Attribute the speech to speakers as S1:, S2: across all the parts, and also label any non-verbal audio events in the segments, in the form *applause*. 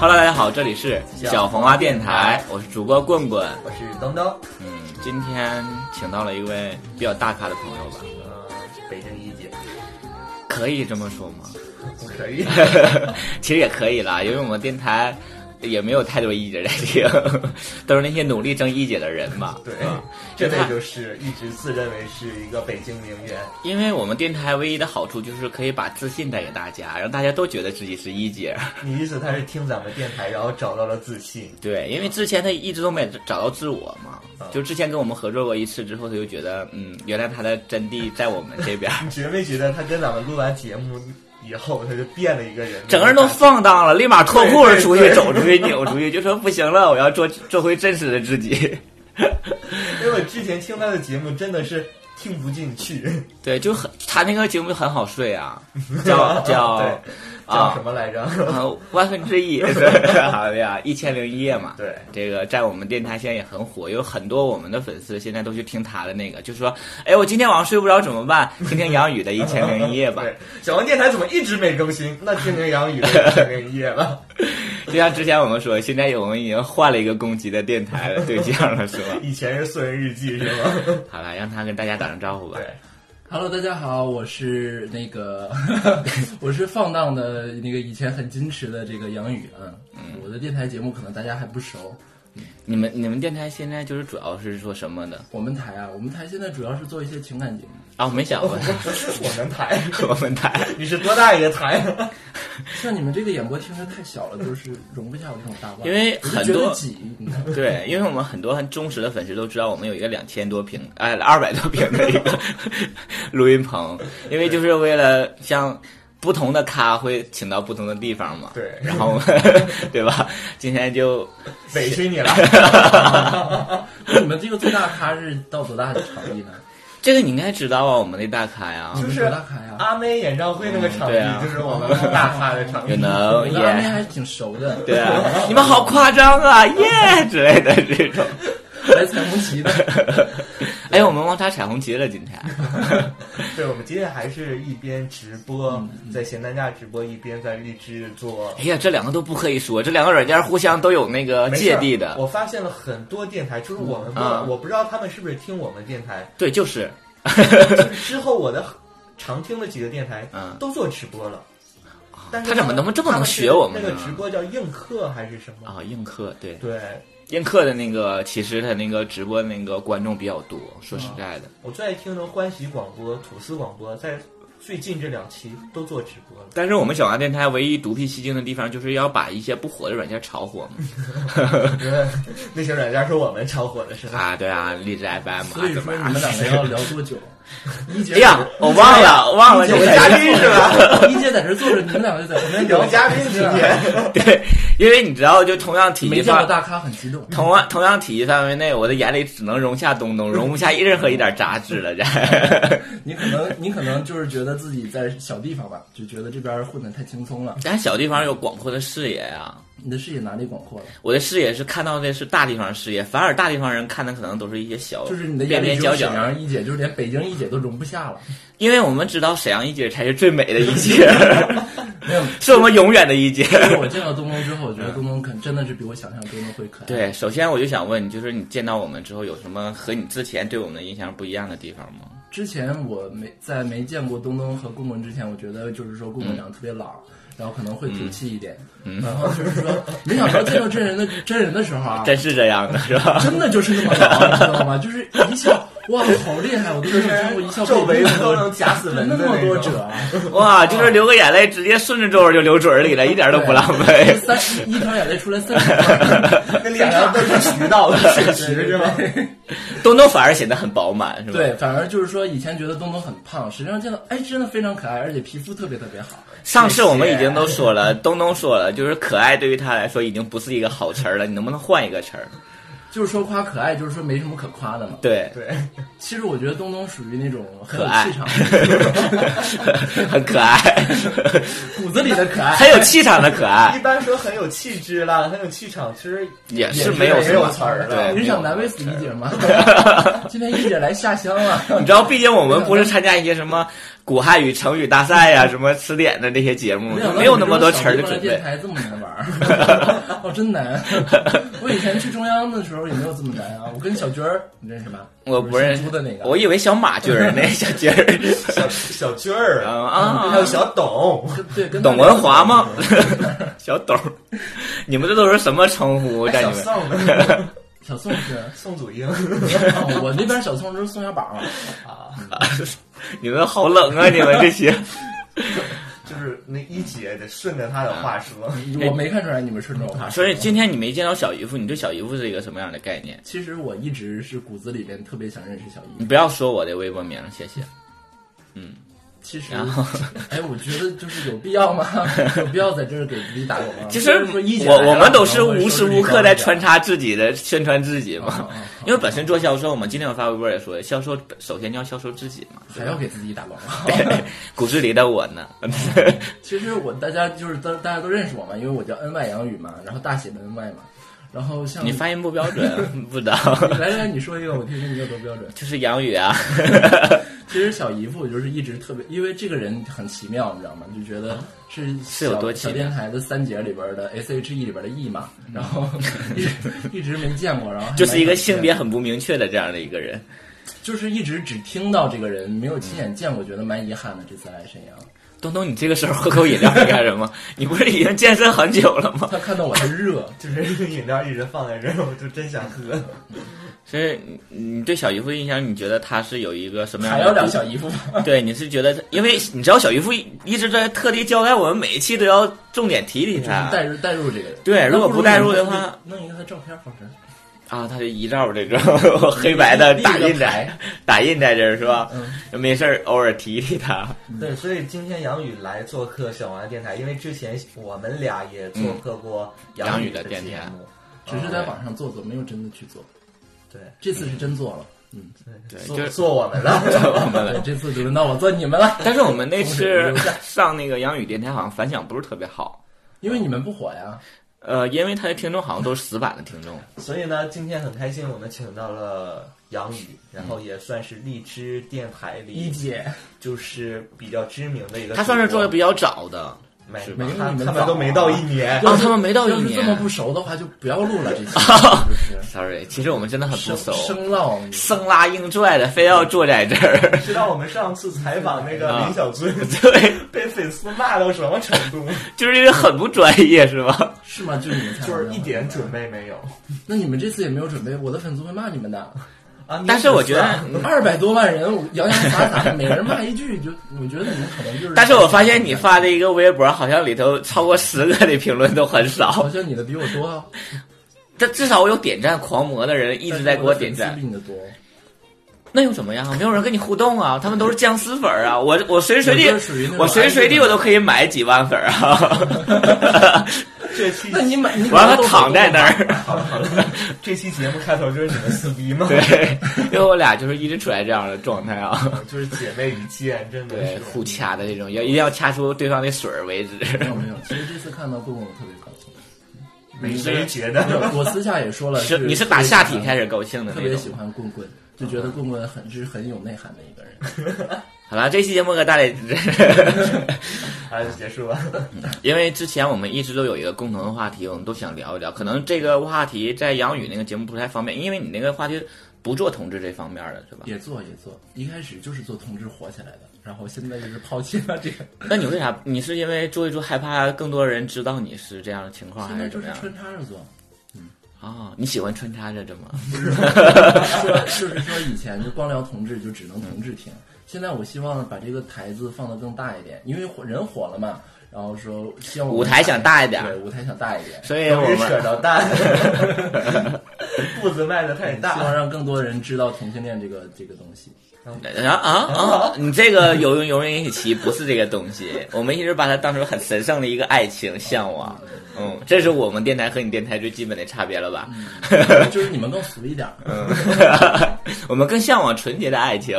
S1: Hello，大家好，这里是小红花电台，我是主播棍棍。
S2: 我是东东，
S1: 嗯，今天请到了一位比较大咖的朋友吧，
S2: 呃，北京一姐，
S1: 可以这么说吗？
S2: 不可以，
S1: *laughs* 其实也可以啦，因为我们电台也没有太多一姐在听， *laughs* 都是那些努力争一姐的人嘛。
S2: *laughs* 对
S1: 嗯，
S2: 这
S1: 就他
S2: 位就是一直自认为是一个北京名媛，
S1: 因为我们电台唯一的好处就是可以把自信带给大家，让大家都觉得自己是一姐。 *laughs*
S2: 你意思她是听咱们电台，然后找到了自信，
S1: 对，因为之前他一直都没找到自我嘛
S2: 嗯，
S1: 就之前跟我们合作过一次之后，他就觉得，嗯，原来他的真谛在我们这边儿，
S2: 你觉没觉得她跟咱们录完节目以后，她就变了一个人，
S1: 整个人都放荡了，立马脱裤子出
S2: 对
S1: 去
S2: 对
S1: 走出去扭出去，就说不行了，我要做做回真实的自己。
S2: 因为我之前听她的节目真的是听不进去，
S1: 对，就很他那个节目就很好睡啊， *laughs* 叫叫
S2: 对叫
S1: 啊
S2: 什么来着？ *laughs*
S1: 啊万分之 *laughs* 一，对好呀，一千零一夜嘛。
S2: 对
S1: 这个在我们电台现在也很火，有很多我们的粉丝现在都去听他的那个，就说，哎，我今天晚上睡不着怎么办？听听杨宇的《一千零一夜》吧。
S2: 对，小王电台怎么一直没更新？那听听
S1: *laughs*
S2: 杨宇的《听听夜》吧，
S1: 就像之前我们说，现在我们已经换了一个攻击的电台的对象了，是 *laughs* 吧？
S2: 以前是《素人日记》是吗？ *laughs*
S1: 好了，让他跟大家打声招呼吧。
S2: 对。
S3: Hello，大家好，我是那个， *laughs* 我是放荡的那个以前很矜持的这个杨宇，嗯，我的电台节目可能大家还不熟。
S1: 你们你们电台现在就是主要是做什么的？
S3: 我们台啊，我们台现在主要是做一些情感节目，
S1: 啊，我没想过
S2: 我们台，
S1: *laughs*
S2: *laughs*
S1: 我们台。
S2: 你是多大一个台？
S3: 像你们这个演播厅是太小了，就是容不下我这种大腕，
S1: 因为
S3: 我就
S1: 很
S3: 觉得
S1: 多
S3: 挤，你知道吗
S1: 对，因为我们很多很忠实的粉丝都知道，我们有一个两千多平，哎，二百多平的一个录音棚，因为就是为了像不同的咖会请到不同的地方嘛。
S2: 对
S1: 然后我 *laughs* 们对吧？今天就
S2: 委屈你了。
S1: *laughs*
S3: 那你们这个最大咖是到多大的场地
S1: *laughs*
S3: 呢？
S1: 这个你应该知道啊，我们那大咖呀，
S2: 就
S3: 你们
S2: 是
S3: 多大咖呀？
S2: 阿妹演唱会那个场
S1: 嗯对啊
S2: 地，就是我们大咖的场
S1: 有
S2: 地。
S1: 能
S3: *laughs* 我跟阿妹
S1: 耶，
S3: 还挺熟的，
S1: 哦对啊，你们好夸张啊，耶之类的这种。
S3: 来彩虹旗的，
S1: *laughs* 哎，我们忘插彩虹旗了，今
S3: *laughs*
S1: 天。
S2: 对，我们今天还是一边直播，
S1: 嗯
S2: 在闲担架直播，一边在荔枝做。
S1: 哎呀，这两个都不可以说，这两个软件互相都有那个
S2: 没事
S1: 芥
S2: 儿
S1: 蒂的。
S2: 我发现了很多电台，就是我们不，
S1: 嗯
S2: 我不知道他们是不是听我们电台，
S1: 对，就是，
S2: 就是之后我的常听的几个电台
S1: 嗯
S2: 都做直播了。但是
S1: 他怎么
S2: 们
S1: 能这么能
S2: 他们是
S1: 学我们
S2: 那个
S1: 呢
S2: 直播叫映客还是什么？
S1: 啊，映客对
S2: 对，
S1: 映客的那个，其实他那个直播那个观众比较多，说实在的，
S3: 嗯
S2: 我最爱听的欢喜广播、吐司广播，在最近这两期都做直播了。
S1: 但是我们小王电台唯一独辟蹊径的地方，就是要把一些不火的软件炒火嘛。
S3: *laughs*
S2: 因为那些软件是我们炒火的，是吧？
S1: 啊，对啊，荔枝 FM 啊，
S3: 所以
S1: 怎
S3: 说
S1: 么
S3: 你
S1: 啊
S3: 们两
S1: *laughs*
S3: 个要聊多久？一姐
S1: 哎呀，我忘了，我忘了，
S3: 就
S1: 就
S3: 我
S1: 在
S3: 嘉
S1: 这
S3: 宾
S1: 儿
S3: 是 *laughs* 吧？一姐在这儿坐着，你们两个就在旁边
S2: 聊
S3: 聊
S2: 嘉宾体验，
S1: *laughs* 对，因为你知道，就同样体
S3: 没
S1: 育
S3: 见过
S1: 范，
S3: 大咖很激动。
S1: *laughs* 同样同样体育范围内，我的眼里只能容下东
S3: *laughs*
S1: 东，容不下任何一点杂质了。这 *laughs*
S3: 你可能你可能就是觉得自己在小地方吧，就觉得这边混得太轻松了。
S1: 但小地方有广阔的视野啊，
S3: 你的视野哪里广阔了？
S1: 我的视野是看到的是大地方视野，反而大地方人看的可能都是一些小，
S3: 就是你的
S1: 边
S3: 眼里
S1: 边
S3: 只有
S1: 角
S3: 沈
S1: 角。
S3: 阳一姐，就是连北京一姐都容不下了。
S1: 因为我们知道沈阳一姐才是最美的一
S3: *laughs*
S1: 姐， *laughs*
S3: 没有，
S1: 是我们永远的一姐。 *laughs*
S3: 就是我见到东东之后，我觉得东东肯真的是比我想象中的会可爱。，
S1: 对，首先我就想问你，就是你见到我们之后有什么和你之前对我们的印象不一样的地方吗？
S3: 之前我没在没见过东东和棍棍之前，我觉得就是说
S1: 嗯
S3: 棍棍长得特别老。然后可能会土气一点，然后就是说，没想到见到真人的真人的时
S1: *laughs*
S3: 候啊，
S1: 真是这样的，是吧？ *laughs*
S3: 真的就是那么老，你知道吗？就是一笑，哇，好厉害！我都没有见过一笑
S2: 皱
S3: 被
S2: 纹都能夹死
S3: 啊那
S2: 蚊子
S3: 么多
S2: 那
S3: 褶
S2: 种。
S3: 啊，
S1: 哇，就是流个眼泪直接顺着皱纹就流嘴里了，一点都不浪
S3: *laughs*
S2: 哎
S1: 费。
S3: 三一条眼泪出来三条， *laughs*
S2: 那脸上都是渠道的，水渠是吧？
S1: 东东反而显得很饱满，是吧？
S2: *laughs*
S3: 对，反而就是说以前觉得东东很胖，实际上见到哎真的非常可爱，而且皮肤特别特别好。
S1: 上次我们已
S3: 哎
S1: 经都说了，东东说了，就是可爱对于他来说已经不是一个好词儿了，你能不能换一个词儿？
S3: 就是说夸可爱，就是说没什么可夸的嘛。
S1: 对，
S2: 对，
S3: 其实我觉得东东属于那种很
S1: 可
S3: 有
S1: 爱
S3: 气场，
S1: 很可爱，
S3: 骨子里的
S2: *laughs*
S3: 可爱。
S1: 很有气场的可
S2: 一
S1: 爱，
S2: 般说很有气质啦，很有气场，其实
S1: 也
S2: 也
S1: 是没有
S2: 也
S1: 什
S2: 没有
S1: 么
S2: 词儿
S1: 对，
S2: 了
S3: 你是
S1: 没有
S3: 想难为死一姐
S2: *laughs*
S3: 吗？今天一姐来下乡
S1: 你
S3: 了，
S1: 知道，毕竟我们不是参加一些什么古汉语成语大赛呀、什么词典的这些节目，
S3: 想到
S1: 没有那么多词儿
S3: 的
S1: 的准
S3: 电
S1: 备。
S3: 台这么难玩儿，
S1: *laughs*
S3: 哦，真难！我以前去中央的时候也没有这么难啊。我跟小军儿，你认识吧？
S1: 我不认识
S3: 猪的那个，
S1: 我以为小马军儿呢，小
S3: *laughs*
S1: 军儿，
S2: 小小军儿
S1: 啊啊
S3: 嗯
S2: 还有小董，
S3: 对，跟
S1: 董文华 *laughs* 吗？小董儿，你们这都是什么称呼？在
S2: 小
S1: 你们
S2: 宋呢
S3: 小宋是，
S2: 宋祖英
S3: 哦我那边小宋是宋小宝，
S2: 啊，
S1: *laughs* 你们好冷啊！你们这些，
S2: 就是那一姐得顺着他的话说，
S3: 我没看出来你们是这种
S1: *laughs*
S3: 话。
S1: 哎所以今天你没见到小姨夫，你对小姨夫是一个什么样的概念？
S3: 其实我一直是骨子里边特别想认识小姨
S1: 你。不要说我的微博名，谢谢。
S3: 其实
S1: 然后，
S3: 哎，我觉得就是有必要吗？有必要在这儿给自己打广
S1: *laughs*
S3: 告？
S1: 其
S3: 虽
S1: 实
S3: 然说一姐
S1: 我
S3: 来了啊
S1: 我们都是无时无刻在穿
S3: 穿插。
S1: 插自己的宣传自己嘛
S3: 啊啊啊，
S1: 哦因为本身做销售嘛，今天我发微博也说，销售首先你要销售自己嘛。哦
S3: 还要给自己打广
S1: *laughs*
S3: 告。
S1: 对， *laughs* 骨子里的我呢，
S3: 其实我大家就是都大家都认识我嘛，因为我叫恩外杨宇嘛，然后大写的恩外嘛。然后
S1: *laughs*
S3: 像
S1: 你发音不标准，不知道， *laughs*
S3: 来来，你说一个，我听听你有多标准。
S1: 就是杨宇啊，
S3: 其实小姨夫就是一直特别，因为这个人很奇妙，你知道吗？就觉得是
S1: 啊是有
S3: 小
S1: 多奇
S3: 小
S1: 妙
S3: 电台的三节里边的 S H E 里边的 E 嘛，然后 *laughs* 一直一直没见过，然后还
S1: 嗯 *laughs* 就是一个
S3: 蛮想见
S1: 性别很不明确的这样的一个人。
S3: 就是一直只听到这个人，没有亲眼见过，觉得蛮遗憾的。这次来沈阳，
S1: 东东，你这个时候喝口饮料是干什么？ *laughs* 你不是已经健身很久了吗？
S3: 他看到我他
S1: *laughs*
S3: 热，
S2: 就是饮料一直放在这儿，我就真想喝。
S1: 所以你你对小姨夫的印象，你觉得他是有一个什么样
S3: 还
S1: 的？
S3: 要聊小姨夫吗？
S1: 对，你是觉得他，因为你知道小姨夫一直在特地交代我们每一期都要重点提提他，
S3: *laughs* 代入代入这个人。
S1: 啊对如果不代入的话
S3: 那不如弄一个他照片放这
S1: 啊，他就遗照这种 *laughs* 黑白的打印在
S3: 在。
S1: 打印在这儿是吧？
S3: 嗯，
S1: 没事儿偶尔提提他，
S2: 对，所以今天杨宇来做客小王的电台，因为之前我们俩也做客过宇
S1: 嗯杨宇的
S2: 节
S1: 电台
S2: 目，哦
S3: 只是在网上做做，没有真的去做。
S2: 对
S3: 这次是真做了，嗯，
S1: 对，
S2: 做
S1: 就是
S2: 做我们了。
S1: *laughs*
S2: *laughs*
S1: 我们
S3: 对
S1: 了。
S3: 这次就轮到我做你们了，
S1: 但是我们那
S3: 从水
S1: 次
S3: 流下
S1: 上那个杨宇电台好像反响不是特别好，
S3: 因为你们不火呀。
S1: 呃，因为他的听众好像都是死板的听众，
S2: 所以呢，今天很开心，我们请到了杨宇，然
S1: 嗯
S2: 后也算是荔枝电台
S3: 一
S2: 里
S3: 姐，
S2: 就是比较知名的一个主播，
S1: 他算是做的比较早的。
S2: 没
S1: 是
S3: 吧
S2: 他
S3: 没你们
S2: 他
S3: 早
S2: 们都没到一
S3: *laughs*
S2: 年，
S1: 啊他们没到一
S3: 要是
S1: 年
S3: 这么不熟的话，就不要录
S1: *laughs*
S3: 了。这期
S1: Sorry，其实我们真的很
S3: 就
S1: 不
S3: 是
S1: 熟
S3: 生，生唠，
S1: 生拉硬拽的，非要坐在这儿。 *laughs*
S2: 知道我们上次采访那个
S1: 啊
S2: 林小
S1: *laughs*
S2: 军，
S1: 对，
S2: 被粉丝骂到什么程
S1: *laughs*
S2: 度？
S1: 就是因为很不专业，是吧？
S3: 是吗？就你们才
S2: 就是一点
S3: 准。
S2: 准备没有
S3: 那你们这次也没有准备，我的粉丝会骂你们的。
S2: 啊！你
S1: 但是我觉得嗯
S2: 粉丝啊
S3: 二百多万人，我洋洋洒洒的，每人骂一句，就我觉得你们可能就是。
S1: 但是我发现你发的一个微博，好像里头超过十个的评论都很
S3: 好
S1: 少，
S3: 像你的比我多啊，
S1: 但至少我有点赞狂魔的人一直在给我点
S3: 但
S1: 赞，
S3: 是我的粉丝比你的多。
S1: 那又怎么样？没有人跟你互动啊，他们都是僵尸粉儿啊！我我随时随
S3: 我就是属于那
S1: 地，
S3: 种
S1: 我随时随地我都可以买几万粉儿啊！
S2: *laughs* 这
S1: *laughs*
S2: 期
S3: 那你买，你
S1: 我让他躺在那儿。
S2: 好了好了， *laughs* 这期节目开头就是你们撕逼吗？
S1: 对，因为我俩就是一直处在这样的状态啊。
S2: *laughs* 就是姐妹一见，真的
S1: 对，
S2: 是
S1: 互掐的这种，要一定要掐出对方的水儿为止。
S3: 没有没有，其实这次看到棍棍我特别高兴。
S2: 没
S1: 是
S2: 没觉
S3: 没有
S2: 得。 *laughs*
S3: 我私下也说了，
S1: *laughs* 是你是打下体开始高兴的
S3: 特
S1: 那
S3: 别喜
S1: 种。
S3: 欢棍棍，就觉得棍棍很是很有内涵的一个人。
S1: 好了，这期节目给大家，
S2: 啊，就结束了。
S1: *laughs* 因为之前我们一直都有一个共同的话题，我们都想聊一聊。可能这个话题在杨宇那个节目不太方便，因为你那个话题不做同志这方面的是吧？
S3: 也做也做，一开始就是做同志火起来的，然后现在就是抛弃了这个，
S1: 那你为啥？你是因为做一做害怕更多人知道你是这样的情况，
S3: 现
S1: 还
S3: 在
S1: 是
S3: 就
S1: 怎么
S3: 是
S1: 样？
S3: 穿插着做。
S1: 啊、你喜欢穿插着这吗？
S3: 说就是说以前就光聊同志就只能同志听，现在我希望把这个台子放得更大一点，因为火人火了嘛，然后说希望我们
S1: 舞台想大一点
S3: 对，舞台想大一点，
S1: 所以我
S2: 终于扯
S1: 们
S2: 到
S1: *laughs*
S2: 蛋，步子迈的太
S3: 希望
S2: 大。
S3: 让更多人知道同性恋这个这个东
S1: *laughs*
S3: 西。
S1: 啊啊啊！你这个游泳游泳引起歧不是这个东西，我们一直把它当成很神圣的一个爱情向往。嗯，这是我们电台和你电台最基本的差别了吧？
S2: 嗯
S3: 就是你们更俗一点儿。
S1: 我们更向往纯洁的爱情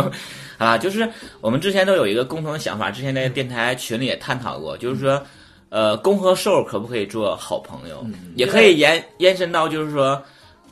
S1: *laughs* 啊！就是我们之前都有一个共同的想法，之前在电台群里也探讨过，就是说，呃，公和受可不可以做好朋友？
S2: 嗯
S1: 也可以延延伸到就是说，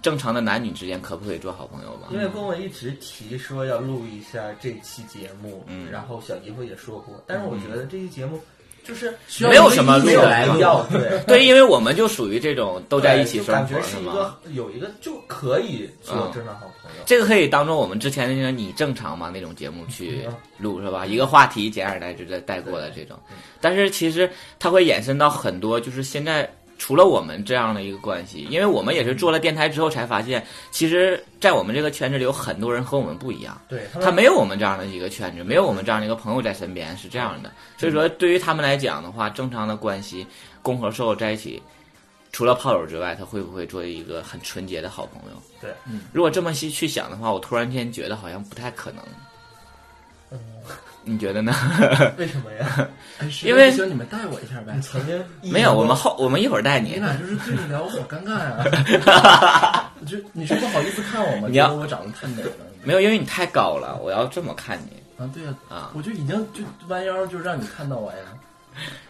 S1: 正常的男女之间可不可以做好朋友吧？
S2: 因为公文一直提说要录一下这期节目，
S1: 嗯
S2: 然后小姨夫也说过，但是我觉得这期节目就是
S3: 需要
S1: 没有什么
S3: 没
S2: 没
S1: 路
S3: 有
S2: 有
S1: 来
S2: 必
S1: *laughs*
S2: 要，对。
S1: 对，因为我们就属于这种都在一起
S2: 对就
S1: 生
S2: 感
S1: 活，
S2: 觉
S1: 是
S2: 是一
S1: 吗？嗯
S2: 个有一个就可以做正常好朋友。
S1: 这个可以当做我们之前的那个“你正常吗”那种节目去录是吧？一个话题简而代之的带过的这种，但是其实它会衍生到很多，就是现在除了我们这样的一个关系，因为我们也是做了电台之后才发现，其实，在我们这个圈子里有很多人和我们不一样，
S2: 对他
S1: 他
S2: 们
S1: 没有我们这样的一个圈子，没有我们这样的一个朋友在身边，是这样的。所以说，对于他们来讲的话，正常的关系，公和受在一起，除了炮友之外，他会不会做一个很纯洁的好朋友？
S2: 对，
S1: 如果这么细去想的话，我突然间觉得好像不太可能。
S3: 嗯
S1: 你觉
S3: *laughs*
S1: 得呢？
S2: 为什么呀？
S1: *laughs*
S3: 哎是
S1: 因为
S3: 不行你们带我一下呗
S2: 你，曾经一
S1: 没有，我们后我们一会儿带
S3: 你
S1: 你。
S3: 俩就是对着聊，我好尴尬呀、
S1: *laughs*
S3: 我就你是不好意思看我吗？
S1: 你要
S3: 觉得我长得太美了
S1: 没有，因为你太高了，我要这么看你。
S3: 啊？对呀、
S1: 啊
S3: 我就已经就弯腰就让你看到我呀。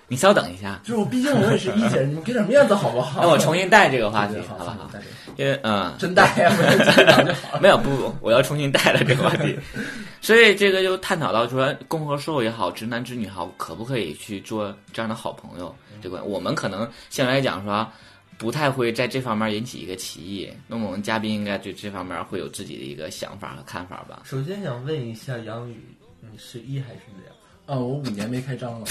S1: 你稍等一下，
S3: 就是我毕竟我也是一姐，你们给点面子好
S1: *laughs*
S3: 不好？
S1: 让我重新带这个话
S3: 对
S1: 题
S3: 对，
S1: 好
S3: 好
S1: 不好
S3: 好？，
S1: 因为嗯，
S3: 真带呀，不是这样就好
S1: *laughs*
S3: 了。
S1: 没有不，不我要重新带了这个话题， *laughs* 所以这个就探讨到说，共和受也好，直男直女也好，可不可以去做这样的好朋友？
S2: 嗯
S1: 这个我们可能相对来讲说，不太会在这方面引起一个歧义。那么我们嘉宾应该对这方面会有自己的一个想法和看法吧？
S2: 首先想问一下杨宇，你是一还是零？
S3: 啊，我五年没开张了。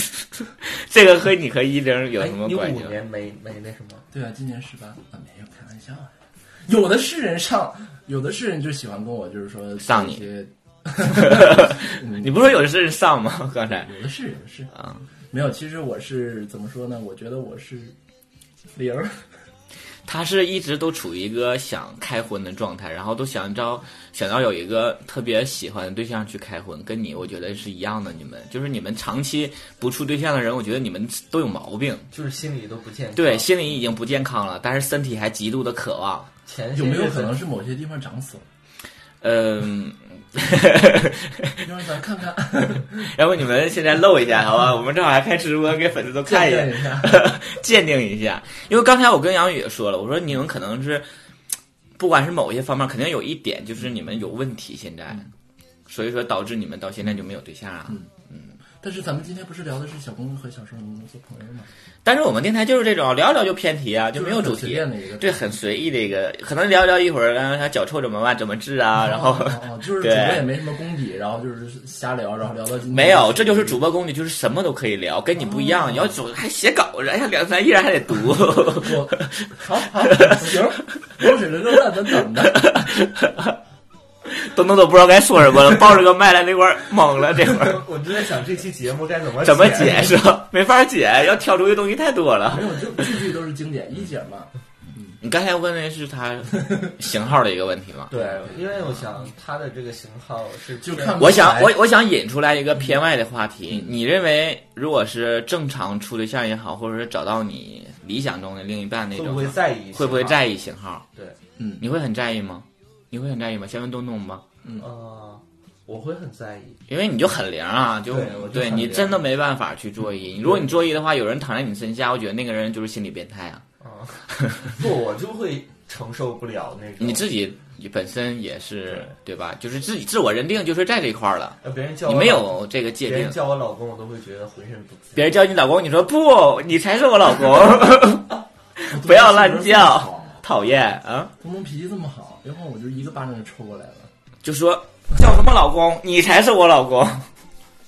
S1: 这个和你和一零有
S2: 哎
S1: 什么
S2: 你
S1: 关系
S2: 五
S1: 吗？
S2: 年没没那什么？
S3: 对啊，今年十八啊，没有开玩笑啊。有的是人上，有的是人就喜欢跟我就是说
S1: 上
S3: 一
S1: 你
S3: 些，
S1: 你不是说有事上吗？ *laughs* 刚才
S3: 有的是有的是
S1: 啊，
S3: 没有。其实我是怎么说呢？我觉得我是零儿。
S1: 他是一直都处于一个想开荤的状态，然后都想着想要有一个特别喜欢的对象去开荤，跟你我觉得是一样的。你们就是你们长期不处对象的人，我觉得你们都有毛病，
S2: 就是心理都不健康。
S1: 对，，心理已经不健康了，但是身体还极度的渴望。
S2: 前些
S3: 有没有
S2: 日子
S3: 可能是某些地方长死了？
S1: 嗯，
S3: 一会儿咱看
S1: *laughs*
S3: 看，
S1: 要不你们现在露一下好吧？我们正好还开直播，给粉丝都看一眼
S3: 鉴。定一下。
S1: 鉴定一下，因为刚才我跟杨宇也说了，我说你们可能是，不管是某些方面，肯定有一点就是你们有问题，现在，
S3: 嗯
S1: 所以说导致你们到现在就没有对象啊。
S3: 但是咱们今天不是聊的是小公和小受能不能做朋友吗？
S1: 但是我们电台就是这种聊一聊就偏题啊，就
S3: 就
S1: 没有
S3: 是很
S1: 主
S3: 随
S1: 题，
S3: 便的一个
S1: 对，很随意的一个，可能聊一聊一会儿，然后他脚臭怎么办，怎么治啊，然后。
S3: 哦哦哦就是主
S1: 对
S3: 播也没什么功底，然后就是瞎聊，然后聊到今天
S1: 没有，这就是主播功底，就是什么都可以聊，跟你不一
S3: 哦
S1: 样。你要总还写稿子，哎呀，两三页还得读。
S3: *laughs*
S1: *laughs*
S3: 我好好行，流水流到咱等着。
S1: 东东都不知道该说什么了，抱着个麦来那块儿懵了，这会儿。
S2: *laughs* 我就在想这期节目该怎么
S1: 怎么
S2: 解
S1: 解？
S2: *laughs*
S1: 释？没法解，要挑出的东西太多了
S3: 没。有，就句句都是经典，一姐嘛，
S1: 你刚才问的是他型号的一个问题吗？
S2: 对，因为我想他的这个型号是
S3: 就
S2: 偏
S3: 看不
S1: 我想，
S3: 来
S1: 我我想引出来一个偏外的话
S2: 嗯
S1: 题。你认为，如果是正常处对象也好，或者是找到你理想中的另一半那
S2: 会
S1: 种，
S2: 不会在意？
S1: 会不会？在意型号？
S2: 对，
S1: 你会很在意吗？你会很在意吗？先问东东吧，
S3: 嗯
S2: 呃，我会很在意。
S1: 因为你就很灵啊，就
S2: 对我就很
S1: 你
S2: 灵
S1: 真的没办法去作揖。如果你作揖的话，有人躺在你身下，我觉得那个人就是心理变态啊。 *laughs*
S2: 啊，不，我就会承受不了那种。
S1: 你自己本身也是对吧？就是自己自我认定就是在这一块儿了，
S2: 呃别人叫我
S1: 你没有这个界
S2: 别
S1: 定
S2: 人。叫我老公，我都会觉得浑身不自
S1: 别人叫你老公，你说不，你才是我老公， *laughs* 不要乱叫，讨厌啊！
S3: 东东脾气这么好，一会儿我就一个巴掌就抽过来了。
S1: 就说叫什么老公，你才是我老公， *laughs*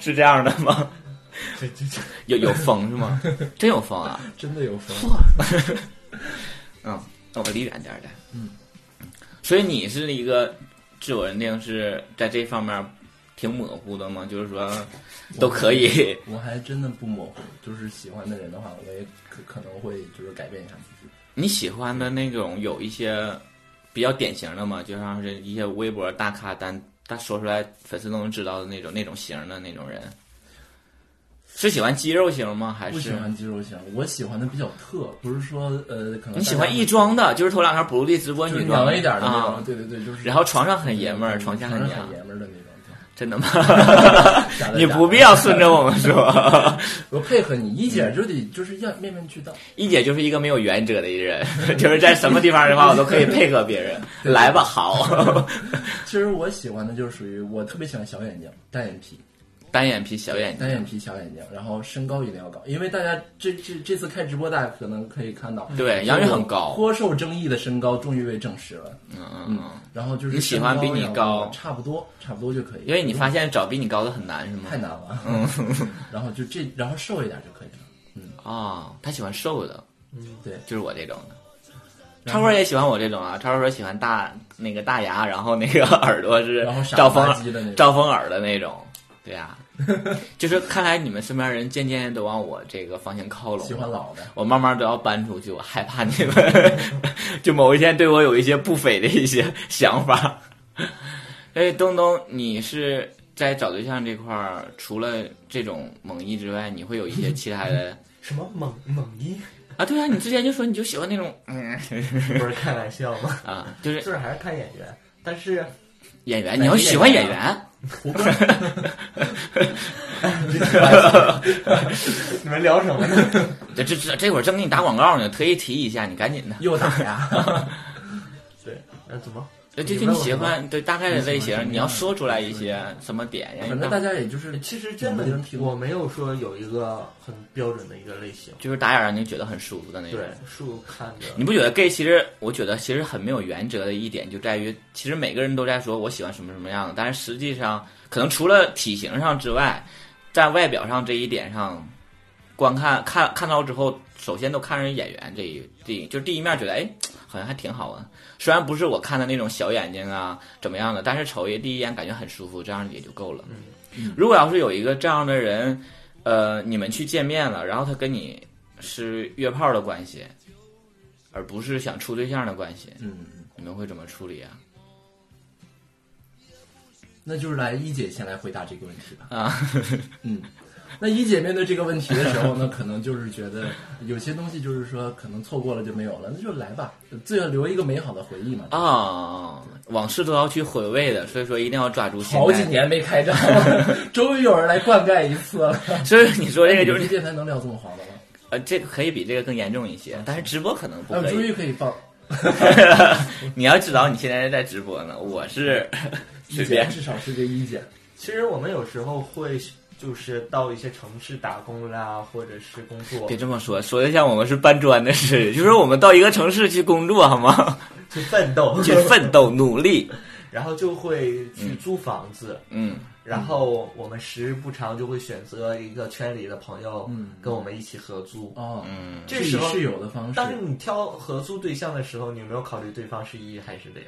S1: 是这样的吗？
S2: 这这这，
S1: 有有风是
S2: *laughs*
S1: 吗？真有风啊！
S3: 真的有风，
S1: 嗯，那我离远点儿的。
S3: 嗯，
S1: 所以你是一个自我认定是在这方面挺模糊的吗？就是说都可以。
S3: 我还真的不模糊，就是喜欢的人的话，我也可可能会就是改变一下自己。
S1: 你喜欢的那种有一些比较典型的嘛，就像是一些微博大咖单，但他说出来粉丝都能知道的那种那种型的那种人，是喜欢肌肉型吗？还
S3: 不喜
S1: 是
S3: 欢肌肉型，我喜欢的比较特，不是说呃，可能
S1: 你喜
S3: 大
S1: 欢
S3: 家
S1: 异装的，就是头两条不利直播
S3: 就是
S1: 女装
S3: 娘一点的那
S1: 啊
S3: 种，？对对对，就是
S1: 然后床上很爷们儿，
S3: 嗯
S1: 床下
S3: 很
S1: 很娘，
S3: 爷们儿的那种。
S1: 真的吗？
S3: 假的
S1: 你
S3: 假
S1: 不
S3: 的
S1: 必要嗯顺着我们说。
S3: 我配合你，一姐就得就是要面面俱到。
S1: 一姐就是一个没有原则的一人， *laughs* 就是在什么地方的话，我都可以配合别人。来吧，
S3: *laughs*
S1: 好，
S3: 其实我喜欢的就是属于我特别喜欢小眼睛、单眼皮、
S1: 单眼皮小眼睛
S3: 单，眼皮、小眼睛，然后身高一定要高，因为大家这这这次开直播，大家可能可以看到，
S1: 对杨宇很高
S3: 我颇受争议的身高终于被证实了。
S1: 嗯嗯
S3: 嗯
S1: 嗯，，
S3: 然后就是
S1: 你喜欢比你
S3: 身然后
S1: 高
S3: 差不多，差不多就可以，
S1: 因为你发现找比你高的很难是吗
S3: 太？难了。
S1: 嗯，
S3: 然后就这，然后瘦一点就可以了。
S1: 哦，他喜欢瘦的，
S3: 嗯对，
S1: 就是我这种的。超哥也喜欢我这种啊，超哥喜欢大那个大牙，然后那个耳朵是
S3: 然后傻
S1: 赵
S3: 不
S1: 风
S3: 拉
S1: 耳
S3: 几的那种
S1: 赵风耳的那种，对啊，就是看来你们身边人渐渐都往我这个方向靠拢了，
S3: 喜欢老的。
S1: 我慢慢都要搬出去，我害怕你们 *laughs* 就某一天对我有一些不菲的一些想法。 *laughs* 哎，东东，你是在找对象这块儿，除了这种猛一之外，你会有一些其他
S3: *laughs*
S1: 的
S2: 什么猛猛一？ *laughs*
S1: 啊？对啊，你之前就说你就喜欢那种嗯
S2: 不是开玩笑吗？
S1: *laughs* 啊，就是
S2: 就是还是看眼缘，但是
S1: 演员，你要喜欢演
S3: 演员
S1: 员，
S2: *laughs* 你们聊什么呢？
S1: 这这这这会儿正给你打广告呢，特意提一下，你赶紧的。
S3: 又打
S1: *laughs*
S3: 呀！
S2: 对，那怎么？
S1: 就
S2: 你
S1: 就
S2: 问
S1: 你
S2: 我
S1: 喜
S2: 什么
S1: 欢对大概的类
S3: 你喜欢什
S1: 型，
S3: 么样
S1: 你要说出来一些什么点呀？
S3: 反正大家也就是，
S2: 其实真的
S3: 有没有人，提过
S2: 我没有说有一个很标准的一个类型。
S1: 就是打眼儿让你觉得很舒服的那种。
S2: 对，树看着
S1: 你不觉得 gay 其实，我觉得其实很没有原则的一点就在于，其实每个人都在说我喜欢什么什么样的，但是实际上可能除了体型上之外，在外表上这一点上，观看看看到之后，首先都看人眼缘这一第一，就是第一面觉得哎，好像还挺好啊。虽然不是我看的那种小眼睛啊怎么样的，但是瞅一第一眼感觉很舒服，这样也就够了。如果要是有一个这样的人，呃，你们去见面了，然后他跟你是约炮的关系，而不是想处对象的关系，
S3: 嗯，
S1: 你们会怎么处理啊？
S3: 那就是来一姐先来回答这个问题吧。
S1: 啊，
S3: 嗯，那一姐面对这个问题的时候呢，可能就是觉得有些东西就是说可能错过了就没有了，那就来吧，最后留一个美好的回忆嘛。
S1: 啊、往事都要去回味的，所以说一定要抓住现
S3: 好几
S1: 在。
S3: 年没开张 *laughs* 了，终于有人来灌溉一次了。
S1: 所以你说这个就
S3: 哎你们
S1: 是，
S3: 电台能聊这么黄的吗？
S1: 呃，这个可以比这个更严重一些，
S3: 啊
S1: 但是直播可能不
S3: 那我
S1: 可
S3: 们终
S1: 以。
S3: 于可以放。
S1: *laughs* 你要知道，你现在在直播呢，我是
S3: 一
S1: 随
S3: 姐
S1: 便。
S3: 至少是个一姐，
S2: 其实我们有时候会就是到一些城市打工啦，或者是工作
S1: 别这么说，说的像我们是搬砖的似的，就是我们到一个城市去工作，好吗？ *laughs*
S2: 去奋斗，
S1: 去奋斗努力，
S2: *laughs* 然后就会去租房子。
S1: 嗯，
S2: 然后我们时不常就会选择一个圈里的朋友，
S3: 嗯
S2: 跟我们一起合租。
S3: 哦，
S1: 嗯
S2: 这时候
S3: 是有的方式。
S2: 当你挑合租对象的时候，你有没有考虑对方是一还是零？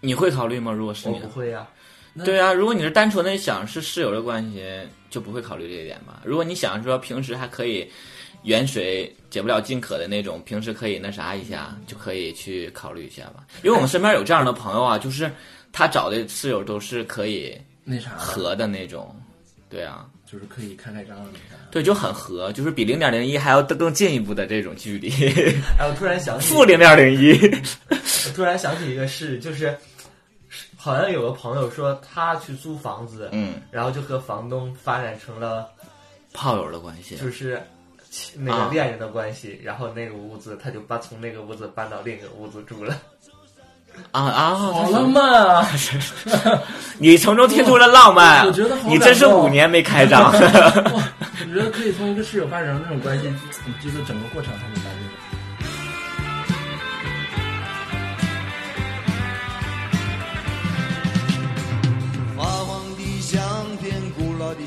S1: 你会考虑吗？如果是
S2: 我
S1: 你
S2: 不
S1: 的话，
S2: 会呀、
S3: 那
S1: 对啊，如果你是单纯的想是室友的关系，就不会考虑这一点吧。如果你想说平时还可以远水解不了近渴的那种，平时可以那啥一下，就可以去考虑一下吧。因为我们身边有这样的朋友啊，就是他找的室友都是可以
S3: 那啥的，
S1: 合的那种，对啊，
S3: 就是可以开开张了。
S1: 对，就很合，就是比零点零一还要更进一步的这种距离，
S2: 哎，我突然想起
S1: 负零点零一。
S2: 我突然想起一个事，就是好像有个朋友说他去租房子，
S1: 嗯，
S2: 然后就和房东发展成了
S1: 炮友的关系，
S2: 就是亲那
S1: 啊
S2: 个恋人的关系，然后那个屋子他就搬从那个屋子搬到另一个屋子住了。 *laughs*
S1: 啊啊，
S3: 好浪漫啊！
S1: *laughs* 你从中听出了浪漫，
S3: 我我觉得好
S1: 你真是
S3: 感动
S1: 五年没开 *laughs* 张。
S3: 哇，我觉得可以从一个室友发展成那种关系，这个整个过程还是蛮有。
S4: 发黄的相片，古老的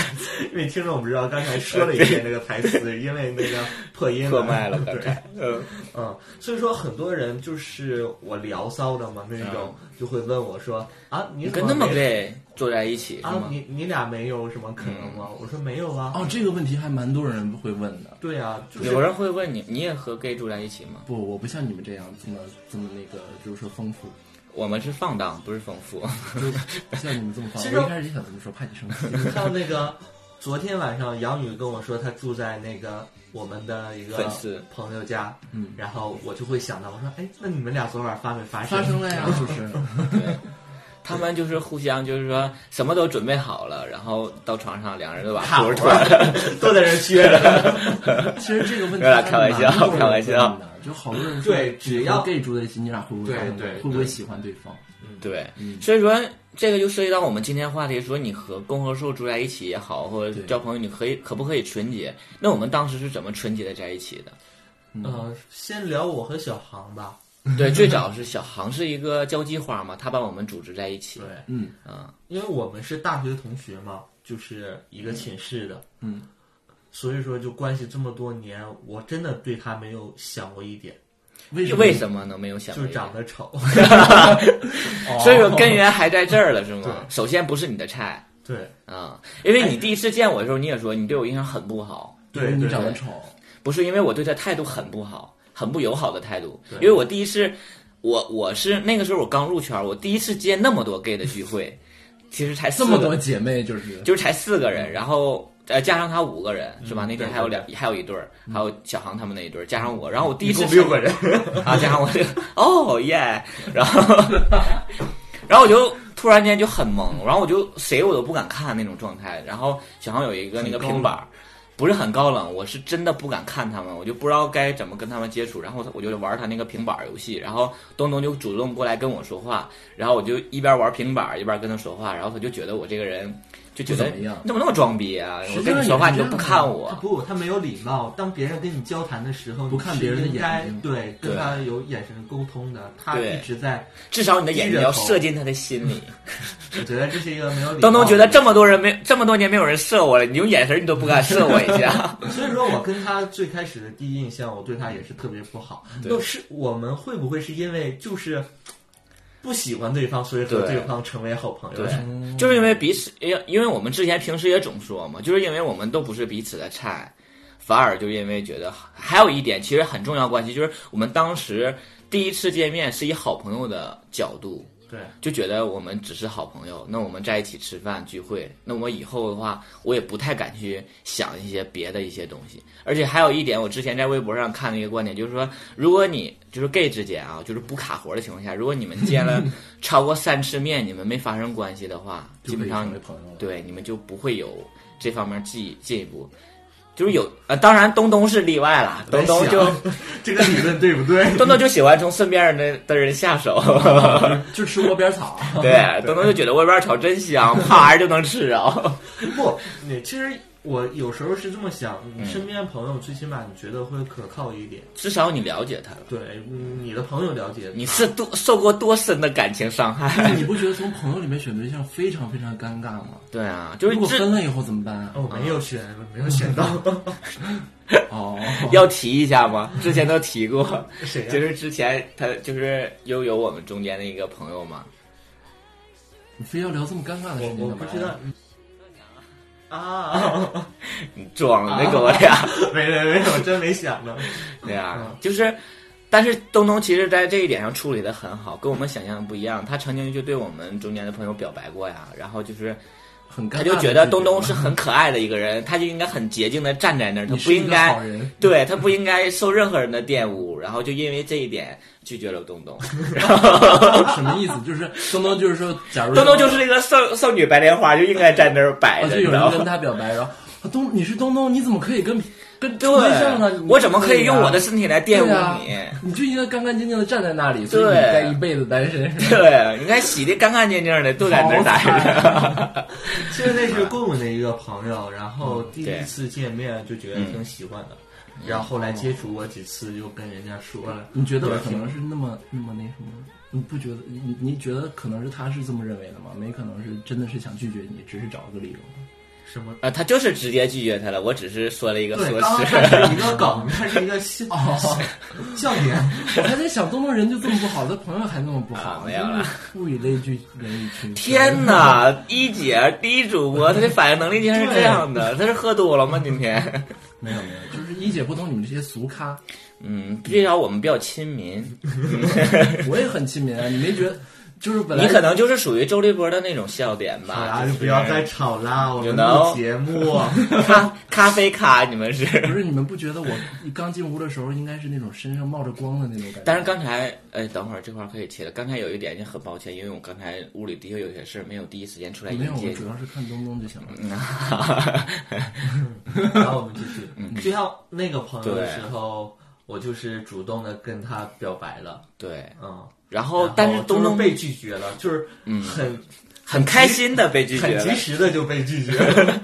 S2: 因为听众不知道，刚才说了一遍这个台词，因为那个破音
S1: 破麦了刚
S2: 对，
S1: 才。嗯
S2: 嗯，所以说很多人就是我聊骚的嘛，那种就会问我说啊，你
S1: 嗯你
S2: 怎
S1: 跟那么
S2: 没
S1: gay 坐在一起是
S2: 啊，
S1: 吗？嗯
S2: 你你俩没有什么可能吗？我说没有啊。
S3: 哦，这个问题还蛮多人会问的。
S2: 对啊，就是
S1: 有人会问你，你也和 gay 住在一起吗？
S3: 不，我不像你们这样这么这么那个，就是说丰富，
S1: 我们是放荡，不是丰富。
S3: 就不像你们这么放
S2: 其。实
S3: 我一开始也想这么说，怕你生气。
S2: 你看那个昨天晚上杨宇跟我说他住在那个我们的一个
S1: 粉丝
S2: 朋友家，
S3: 嗯，
S2: 然后我就会想到我说，哎，那你们俩昨晚发没发生？
S3: 发生了呀，是不是？
S1: 对，他们就是互相就是说什么都准备好了，然后到床上两人就把裤子脱了。
S2: 都在这撅着。 *laughs*
S3: 其实这个问题
S1: 没有啦
S3: 还
S1: 开玩笑
S3: 蛮多人
S1: 开玩笑
S3: 问的，就好多人说
S2: 对只要
S3: 你和 gay 住在一起，你俩会不会
S2: 对
S3: 发生
S2: 对
S3: 会不会
S2: 对
S3: 喜欢对方？
S1: 对，
S2: 嗯
S1: 所以说这个就涉及到我们今天话题，说你和公和数住在一起也好，或者
S3: 对
S1: 交朋友，你可以可不可以纯洁？那我们当时是怎么纯洁的在一起的？
S2: 呃，先聊我和小航吧。
S1: 对，最早是小航是一个交际花嘛，他把我们组织在一起
S2: 对。，
S3: 嗯，
S1: 啊，
S2: 因为我们是大学同学嘛，就是一个寝室的，
S3: 嗯，
S2: 所以说就关系这么多年，我真的对他没有想过一点，
S3: 为什么？
S1: 为什么呢？没有想
S2: 就
S1: 过
S2: 是
S1: 这个。
S2: 长得丑， *laughs*
S1: 所以
S3: 哦
S1: 说根源还在这儿了，是吗？
S2: 对
S1: 首先不是你的菜
S2: 对
S1: 啊、因为你第一次见我的时候，你也说你对我印象很不好，
S3: 因为
S2: 对
S3: 你
S2: 对
S3: 长得
S2: 对，
S3: 丑，
S1: 不是因为我对他态度很不好，很不友好的态度，
S2: 对
S1: 因为我第一次，我我是那个时候我刚入圈，我第一次接那么多 gay 的聚会，其实才四
S3: 这
S1: 个
S3: 么多，姐妹就是
S1: 就是才四个
S2: 嗯
S1: 人，然后。呃，加上他五个人是吧？那天还有两，还有一对儿，还有小航他们那一对儿，加上我，然后我第一
S2: 嗯一
S1: 次
S2: 共六个人，
S1: *laughs* 啊，加上我这个，哦耶，然后， *laughs* 然后我就突然间就很懵，然后我就谁我都不敢看那种状态。然后小航有一个那个平板儿，不是很高冷，我是真的不敢看他们，我就不知道该怎么跟他们接触。然后我就玩他那个平板儿游戏，然后东东就主动过来跟我说话，然后我就一边玩平板儿一边跟他说话，然后他就觉得我这个人就觉
S3: 不
S1: 得
S3: 怎么样
S1: 你怎么那么装逼啊？
S3: 实
S1: 我
S3: 际
S1: 跟
S3: 上
S1: 你
S3: 也
S1: 说话
S3: 是
S1: 你都
S3: 这
S1: 不
S3: 样的
S1: 看我
S2: 他，啊不，他没有礼貌。当别人跟你交谈的时候，
S3: 不看别人的
S2: 你是应该
S3: 眼睛
S2: 对，
S1: 对
S2: 跟他有眼神沟通的。他
S1: 对
S2: 一直在，
S1: 至少你的眼睛要
S2: 低着头
S1: 射进他的心里。
S2: 我觉得这是一个没有礼貌。
S1: 东东觉得这，么多人没这么多年没有人射我了，你用眼神你都不敢射我一下。
S2: 所以说我跟他最开始的第一印象，我对他也是特别不好。那是我们会不会是因为就是不喜欢对方，所以和
S1: 对
S2: 对方成为好朋友哎
S1: 对？， *laughs* 就是因为彼此，因因为我们之前平时也总说嘛，就是因为我们都不是彼此的菜，反而就因为觉得还有一点其实很重要关系，就是我们当时第一次见面是以好朋友的角度，
S2: 对，
S1: 就觉得我们只是好朋友，那我们在一起吃饭聚会，那我以后的话，我也不太敢去想一些别的一些东西。而且还有一点，我之前在微博上看的一个观点，就是说，如果你就是 gay 之间啊，就是不卡活的情况下，如果你们见了超过三次面，你们没发生关系的话，基
S3: 就可
S1: 本
S3: 以
S1: 上
S3: 成为朋友了。
S1: 对你们就不会有这方面进进一步。就是有呃，当然东东是例外啦，东东就
S2: 我在想 *laughs* 这个理论对不
S1: *laughs*
S2: 对？
S1: 东东就喜欢从身边人的的人下 *laughs* 手。
S3: 就吃窝边草。 *laughs*
S1: 对，东东就觉得窝边草真香，啪就能吃啊着。
S2: 不，你其实我有时候是这么想，
S1: 嗯
S2: 你身边朋友最起码你觉得会可靠一点，
S1: *laughs* 至少你了解他了，
S2: 对嗯你的朋友了解
S1: 你是多受过多深的感情伤害？ *laughs*
S3: 你不觉得从朋友里面选对象非常非常尴尬吗？
S1: 对啊，就是
S3: 如果
S1: 这
S3: 分了以后怎么办啊？
S2: 哦，没有选，没有选到 *laughs*
S3: 哦，
S1: 要提一下吗？之前都提过，
S2: 谁
S1: 就
S2: 呀、
S1: 是之前他就是悠悠我们中间的一个朋友嘛，
S3: 你非要聊这么尴尬
S2: 我
S3: 的事情干嘛呀？
S2: 我不知道。啊，
S1: 你 *laughs* 装的跟我俩。
S2: 没没没，我真没想到。
S1: 对啊，就是，但是东东其实在这一点上处理的很好，跟我们想象的不一样。他曾经就对我们中间的朋友表白过呀，然后就是
S3: 很尴尬
S1: 他
S3: 的
S1: 就
S3: 拒
S1: 觉
S3: 绝吗。
S1: 得东东是很可爱的一个人，他就应该很洁净的站在那儿，他
S3: 啊你
S1: 不
S3: 是一
S1: 应
S3: 个
S1: 该
S3: 好人， *laughs*
S1: 对他不应该受任何人的玷污，然后就因为这一点拒绝了东东。然后
S3: 什么意思？就是东东就是说，假如
S1: 东东就是一个少少女白莲花，就应该在那儿摆
S3: 哦，
S1: 着，
S3: 就
S1: 你
S3: 有
S1: 知道吗？
S3: 人跟他表白，然后啊东你是东东，你怎么可以跟跟
S1: 对
S3: 象呢？你
S1: 我怎么可以用我的
S3: 对
S1: 身体来玷污
S3: 啊
S1: 你？
S3: 你就应该干干净净的站在那里，所以你
S1: 对
S3: 该一辈子单身。是吧
S1: 对，应该洗的干干净净的，都在那儿待
S3: 啊
S1: 着。
S2: 现在是顾问的一个朋友，然后
S3: 嗯
S2: 第一次见面就觉得挺喜欢的，然后后来接触过几次，就跟人家说了。
S3: 你觉得
S2: 对
S3: 可能是那么那么那什么？你不觉得？你你觉得可能是他是这么认为的吗？没可能是真的是想拒绝你，只是找个理由。
S2: 什么？
S1: *laughs* 啊，他就是直接拒绝他了，我只是说了一个
S2: 对，
S1: 说
S2: 刚刚
S1: 辞。
S2: 它是一个梗，它是一个笑 *laughs*
S1: 哦
S2: 笑点。
S3: *laughs* 我还在想，东东人就这么不好，他朋友还那么不好，
S1: 啊没有了
S3: 真是物以类聚，人以
S1: *laughs*
S3: 群分。
S1: 天哪，一姐第一主播，她的反应能力竟然是这样的，她是喝多了吗？今天，
S3: 没有没有，就是一姐不懂你们这些俗咖，
S1: 嗯，至少我们比较亲民，
S3: 我也很亲民啊。你没觉得？就是本来
S1: 你可能就是属于周立波的那种笑点
S2: 好
S1: 吧
S2: 啦，，啊就不要再吵啦，我们
S1: You know？
S2: 录节目。
S1: *laughs* 咖咖啡咖，你们
S3: 不
S1: 是。 *laughs*
S3: 是你们不觉得我刚进屋的时候应该是那种身上冒着光的那种感觉？
S1: 但是刚才，哎，等会儿这块儿可以切了。刚才有一点就很抱歉，因为我刚才屋里的确有些事儿没有第一时间出来
S3: 没有，
S1: 迎接
S3: 我
S1: 你
S3: 主。要是看东东就行了。
S1: 嗯
S2: 然后我们
S3: *laughs* 嗯
S2: 就是，就像那个朋友的时候，我就是主动的跟他表白了，
S1: *laughs* 对，
S2: 嗯，
S1: 然
S2: 然
S3: 哦
S1: 后
S2: 后
S1: 但是
S2: 就
S1: 东东
S2: 被拒绝了，就是
S3: 嗯
S2: 很
S1: 很开心的被拒绝
S2: 很及
S1: 了，
S2: 时的就被拒绝
S3: *laughs*
S2: 了，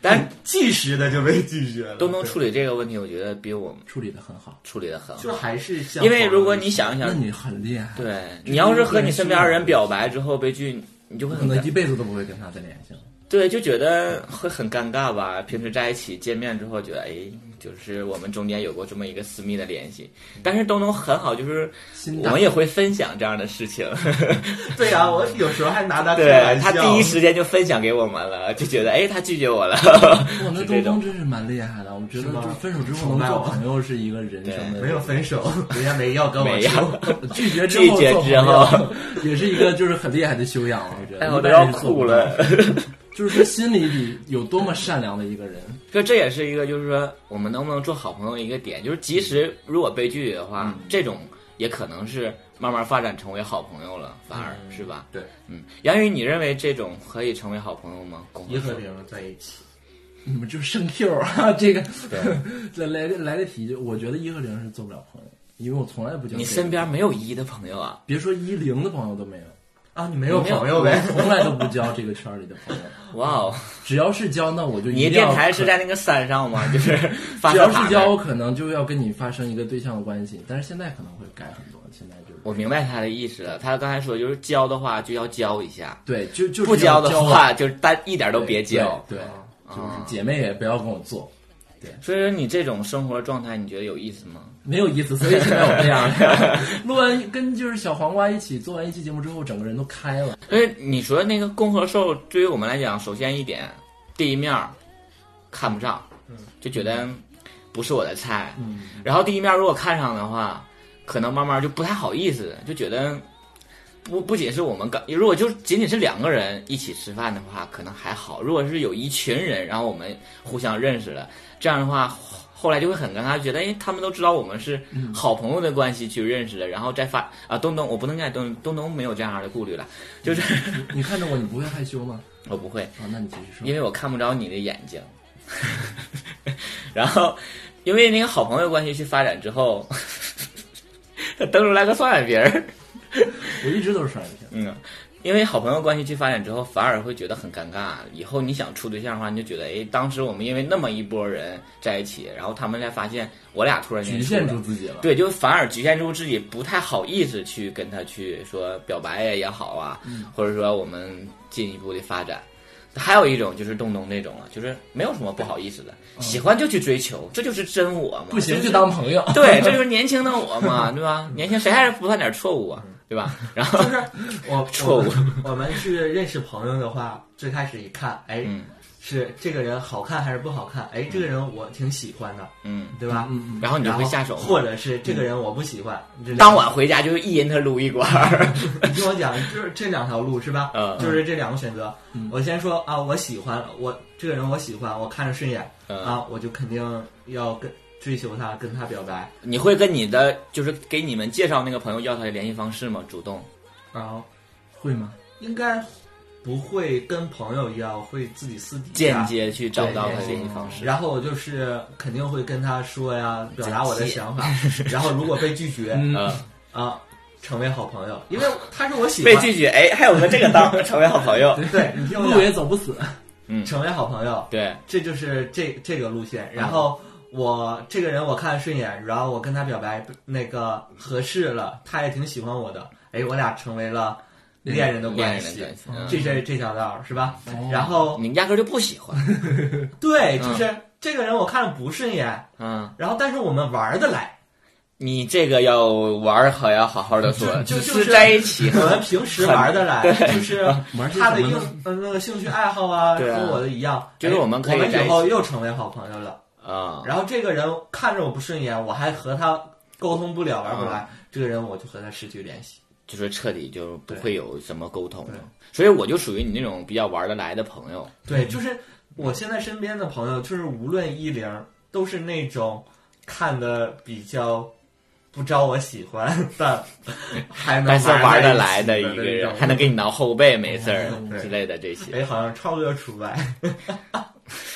S1: 但是
S2: 很即时的就被拒绝了。
S1: 东东处
S2: 理
S1: 理这个问题，我觉得比我们
S3: 处理的很好，
S1: 处理的很
S2: 就
S1: 好。
S2: 还是啊像
S1: 因为如果你想
S3: 那
S1: 想，
S3: 你很厉害。，
S1: 嗯对你要是和你身边的人表白之后被拒，你就会
S3: 可
S1: 很
S3: 能一
S1: 尴
S3: 辈子都不会跟他再联系了。
S1: 对，就觉得会很尴尬吧。平时在一起见面之后，觉得哎，就是我们中间有过这么一个私密的联系。但是东东很好，就是
S3: 嗯心
S1: 我
S3: 大嗯
S1: 们也会分享这样的事情，
S2: 对啊，我有时候还拿他开
S1: *laughs* 对
S2: 玩
S1: 他
S2: 笑。
S1: 第一时间就分享给我们了，就觉得哎，他拒绝我了，
S3: 哇，那
S1: 是
S3: 东
S1: 这
S3: 东
S1: 种。
S3: 真是蛮厉害的，我觉得
S2: 是吗
S3: 就是分手之后
S2: 崇
S3: 能
S2: 拜
S3: 做
S2: 我
S3: 朋友是一个人生的
S2: 没有分手，人家没要跟我
S1: 没有
S2: 说。
S3: *laughs* 拒绝之
S1: 拒
S3: 后
S1: 绝
S3: 做
S1: 之
S3: 朋友
S1: 后
S3: *laughs* 也是一个就是很厉害的修养，我觉得。
S1: 哎，我
S3: 一
S1: 都
S3: 般
S1: 要
S3: 人做不
S1: 哭
S3: 到
S1: 了。。
S3: 就是这心里里有多么善良的一个人，
S1: 就这也是一个，就是说我们能不能做好朋友的一个点，就是即使如果被拒绝的
S3: 嗯
S1: 话，这种也可能是慢慢发展成为好朋友了，反而、是吧？
S2: 对，
S1: 嗯，杨宇，你认为这种可以成为好朋友吗？共
S2: 一和
S1: 说
S3: 啊
S2: 零在一起，
S3: 你们就生 Q 啊！这个来 *laughs* 来个来个题，就我觉得一和零是做不了朋友，因为我从来不交。
S1: 你身边没有一的朋友啊？
S3: 别说一零的朋友都没有，
S2: 啊，你没有朋友呗？
S3: 从来都不交这个圈里的朋友。
S1: 哇哦，
S3: 只要是交，那我就
S1: 你
S3: 一定
S1: 电
S3: 要
S1: 台是在那个山上吗？就是
S3: *laughs*
S1: 发
S3: 只要
S1: 射塔
S3: 是
S1: 那
S3: 交，
S1: 儿
S3: 我可能就要跟你发生一个对象的关系，但是现在可能会改很多。现在就是
S1: 我明白他的意思了。他刚才说就是交的话就要交一下，
S3: 对，就就是
S1: 不
S3: 交
S1: 交的话就是单一点都别交。
S3: 对，对
S2: 啊
S3: 就是姐妹也不要跟我做，
S1: 所以说你这种生活状态，你觉得有意思吗？
S3: 没有意思。所以现在我这样了，录完跟就是小黄瓜一起做完一期节目之后，整个人都开了。
S1: *laughs* 因为你说那个共和兽，对于我们来讲，首先一点，第一面儿看不上，就觉得不是我的菜。然后第一面儿如果看上的话，可能慢慢就不太好意思，就觉得不不仅是我们刚，如果就仅仅是两个人一起吃饭的话，可能还好；如果是有一群人，然后我们互相认识了，这样的话。后后来就会很尴尬，觉得哎，他们都知道我们是好朋友的关系去认识的，然后再发啊，东东，我不能再东东东没有这样的顾虑了，就是 *laughs*
S3: 你看着我，你不会害羞吗？
S1: 我不会，
S3: 啊，那你继续说。
S1: 因为我看不着你的眼睛。 *laughs* 然后，因为那个好朋友关系去发展之后， *laughs* 他蹬出来个双眼皮儿。
S3: 我一直都是双眼皮，
S1: 嗯，因为好朋友关系去发展之后，反而会觉得很尴尬。以后你想处对象的话，你就觉得，哎，当时我们因为那么一波人在一起，然后他们才发现我俩突然间
S3: 局
S1: 出来
S3: 限住自己了。
S1: 对，就反而局限住自己，不太好意思去跟他去说表白呀也好啊，
S2: 嗯
S1: 或者说我们进一步的发展。还有一种就是东东那种了，就是没有什么不好意思的，
S2: 嗯
S1: 喜欢就去追求，这就是真我嘛。
S3: 不行就当朋友。
S1: 对，这就是年轻的我嘛，对吧？年轻谁还是不犯点错误啊，对吧？然后
S2: 嗯就是我
S1: *laughs* 错误
S2: 我。我们去认识朋友的话，最开始一看，哎，
S1: 嗯
S2: 是这个人好看还是不好看？哎，这个人我挺喜欢的，
S1: 嗯，
S2: 对吧？
S3: 嗯嗯
S1: 然后你就
S2: 然后
S1: 会下手嘛，
S2: 或者是这个人我不喜欢。这两
S1: 当晚回家就是一人他撸一管儿， *laughs*
S2: 你听我讲，就是这两条路是吧？
S1: 嗯
S2: 就是这两个选择
S3: 嗯。
S2: 我先说啊，我喜欢我这个人，我喜欢，我看着顺眼
S1: 嗯
S2: 啊，我就肯定要跟追求他，跟他表白。
S1: 你会跟你的就是给你们介绍那个朋友要他的联系方式吗？主动
S2: 然后
S3: 会吗？
S2: 应该不会跟朋友一样，会自己私底
S1: 间
S2: 下
S1: 接去找到
S2: 啊对
S1: 他
S2: 对
S1: 联系方式。
S2: 然后我就是肯定会跟他说呀，表达我的想法。然后如果被拒绝
S1: 嗯，
S2: 啊，成为好朋友，因为他是我喜
S1: 被
S2: 欢。
S1: 拒绝，哎，还有个这个道，成为好朋友。
S2: 对，你听我
S3: 路也
S2: 讲，
S3: 走不死， *laughs*
S2: 成为好朋友，
S1: *laughs* 对，
S2: 这就是这这个路线。然后我这个人我看顺眼，然后我跟他表白，那个合适了，他也挺喜欢我的，哎，我俩成为了恋人的
S1: 恋
S2: 嗯关
S1: 人
S2: 系
S1: 的。关系
S2: 这这这条道儿是吧？
S3: 哦
S2: 然后
S1: 嗯你压根儿就不喜欢。
S2: *laughs* 对，就是这个人我看着不顺眼，
S1: 嗯，
S2: 然后但是我们玩儿得来。
S1: 你这个要玩儿好要好好的做，
S2: 就
S1: 只
S2: 就是
S1: 在一
S2: *laughs*
S1: 起
S2: 我们平时玩得
S1: *laughs*
S2: 来，就是
S3: 玩些
S2: 他的
S3: 什
S2: 兴
S3: 么呢
S2: 呃那个兴趣爱好啊，
S1: 对啊
S2: 和我的一样，
S1: 就是
S2: 哎
S1: 我
S2: 我
S1: 们可以在一
S2: 以
S1: 起
S2: 后又成为好朋友了。
S1: 啊。
S2: 然后这个人看着我不顺眼，我还和他沟通不了，玩不
S1: 啊
S2: 来，这个人我就和他失去联系。
S1: 就是彻底就不
S2: 对
S1: 会有什么沟通
S2: 对
S1: 了。所以我就属于你那种比较玩得来的朋友，
S2: 对，就是我现在身边的朋友，就是无论一零，都是那种看的比较。不招我喜欢，但还能
S1: 但是玩
S2: 玩
S1: 得
S2: 在
S1: 来
S2: 起
S1: 的
S2: 的
S1: 一个
S2: 那
S1: 人，
S2: 种
S1: 还能给你挠后背，没事儿
S3: 嗯
S1: 之类的这些。
S2: 哎，好像超哥除外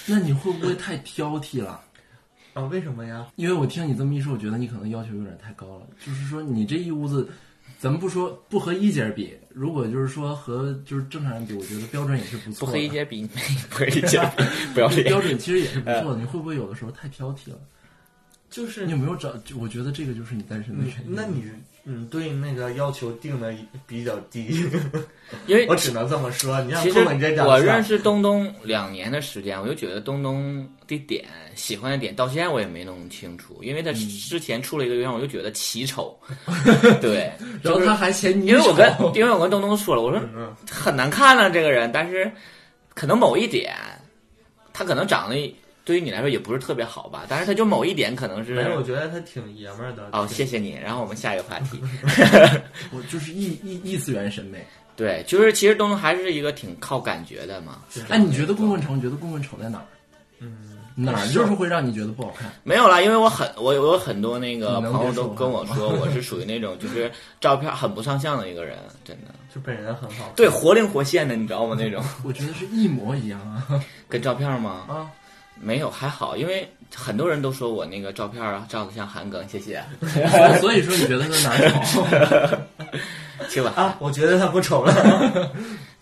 S3: 那你会不会太挑剔了？
S2: 啊？为什么呀？
S3: 因为我听你这么一说，我觉得你可能要求有点太高了。就是说，你这一屋子，咱们不说不和一姐儿比，如果就是说和就是正常人比，我觉得标准也是不
S1: 不
S3: 错的。
S1: 和一姐比， *laughs* 不和一姐比，嗯不
S2: *laughs*
S1: 要
S3: *laughs* 这
S1: 脸
S3: 标。准其实也是不错的。你会不会有的时候太挑剔了？
S2: 就是
S3: 你有没有找？就我觉得这个就是你单身的
S2: 嗯
S3: 原，因。
S2: 那你嗯对那个要求定的比较低，
S1: 因为
S2: *laughs* 我只能这么说。你让
S1: 其实
S2: 碰碰你这长
S1: 我认
S2: 相，
S1: 识东东两年的时间，我就觉得东东的点喜欢的点，到现在我也没弄清楚，因为他
S3: 嗯
S1: 之前处了一个对象，我就觉得奇
S3: *laughs*
S1: 丑，对，
S3: 然后他还嫌你
S1: 因为我
S3: 丑
S1: 跟因为我跟东东说了，我说
S2: 嗯，
S1: 很难看啊这个人，但是可能某一点，他可能长得对于你来说也不是特别好吧，但是他就某一点可能
S2: 没
S3: 哎
S2: 有，我
S1: 是。
S2: 觉得他挺爷们儿的。
S1: 哦，
S2: 挺
S1: 谢谢你。然后我们下一个话题，
S3: 我就是异异异次元审美。
S1: 对，就是其实东东还是一个挺靠感觉的嘛。
S3: 哎，你觉得棍棍丑？你觉得棍棍丑在哪儿？
S2: 嗯，
S3: 哪儿就是会让你觉得不好看？
S1: 没有啦，因为我很我我有很多那个
S3: 你能
S1: 朋友
S3: 接受
S1: 都
S3: 吗
S1: 跟我 *laughs* 说，我是属于那种就是照片很不上相的一个人，真的。
S2: 就本人很好。
S1: 对，活灵活现的，你知道吗？那 *laughs* 种
S3: 我觉得是一模一样
S1: *laughs*
S3: 啊！
S1: 跟照片吗？
S3: 啊，
S1: 没有，还好，因为很多人都说我那个照片啊，照的像韩庚，谢 *laughs* 谢。
S3: 所以说你觉得他哪儿丑？
S1: 去吧。
S2: 啊，我觉得他不丑
S1: *laughs*
S2: 了。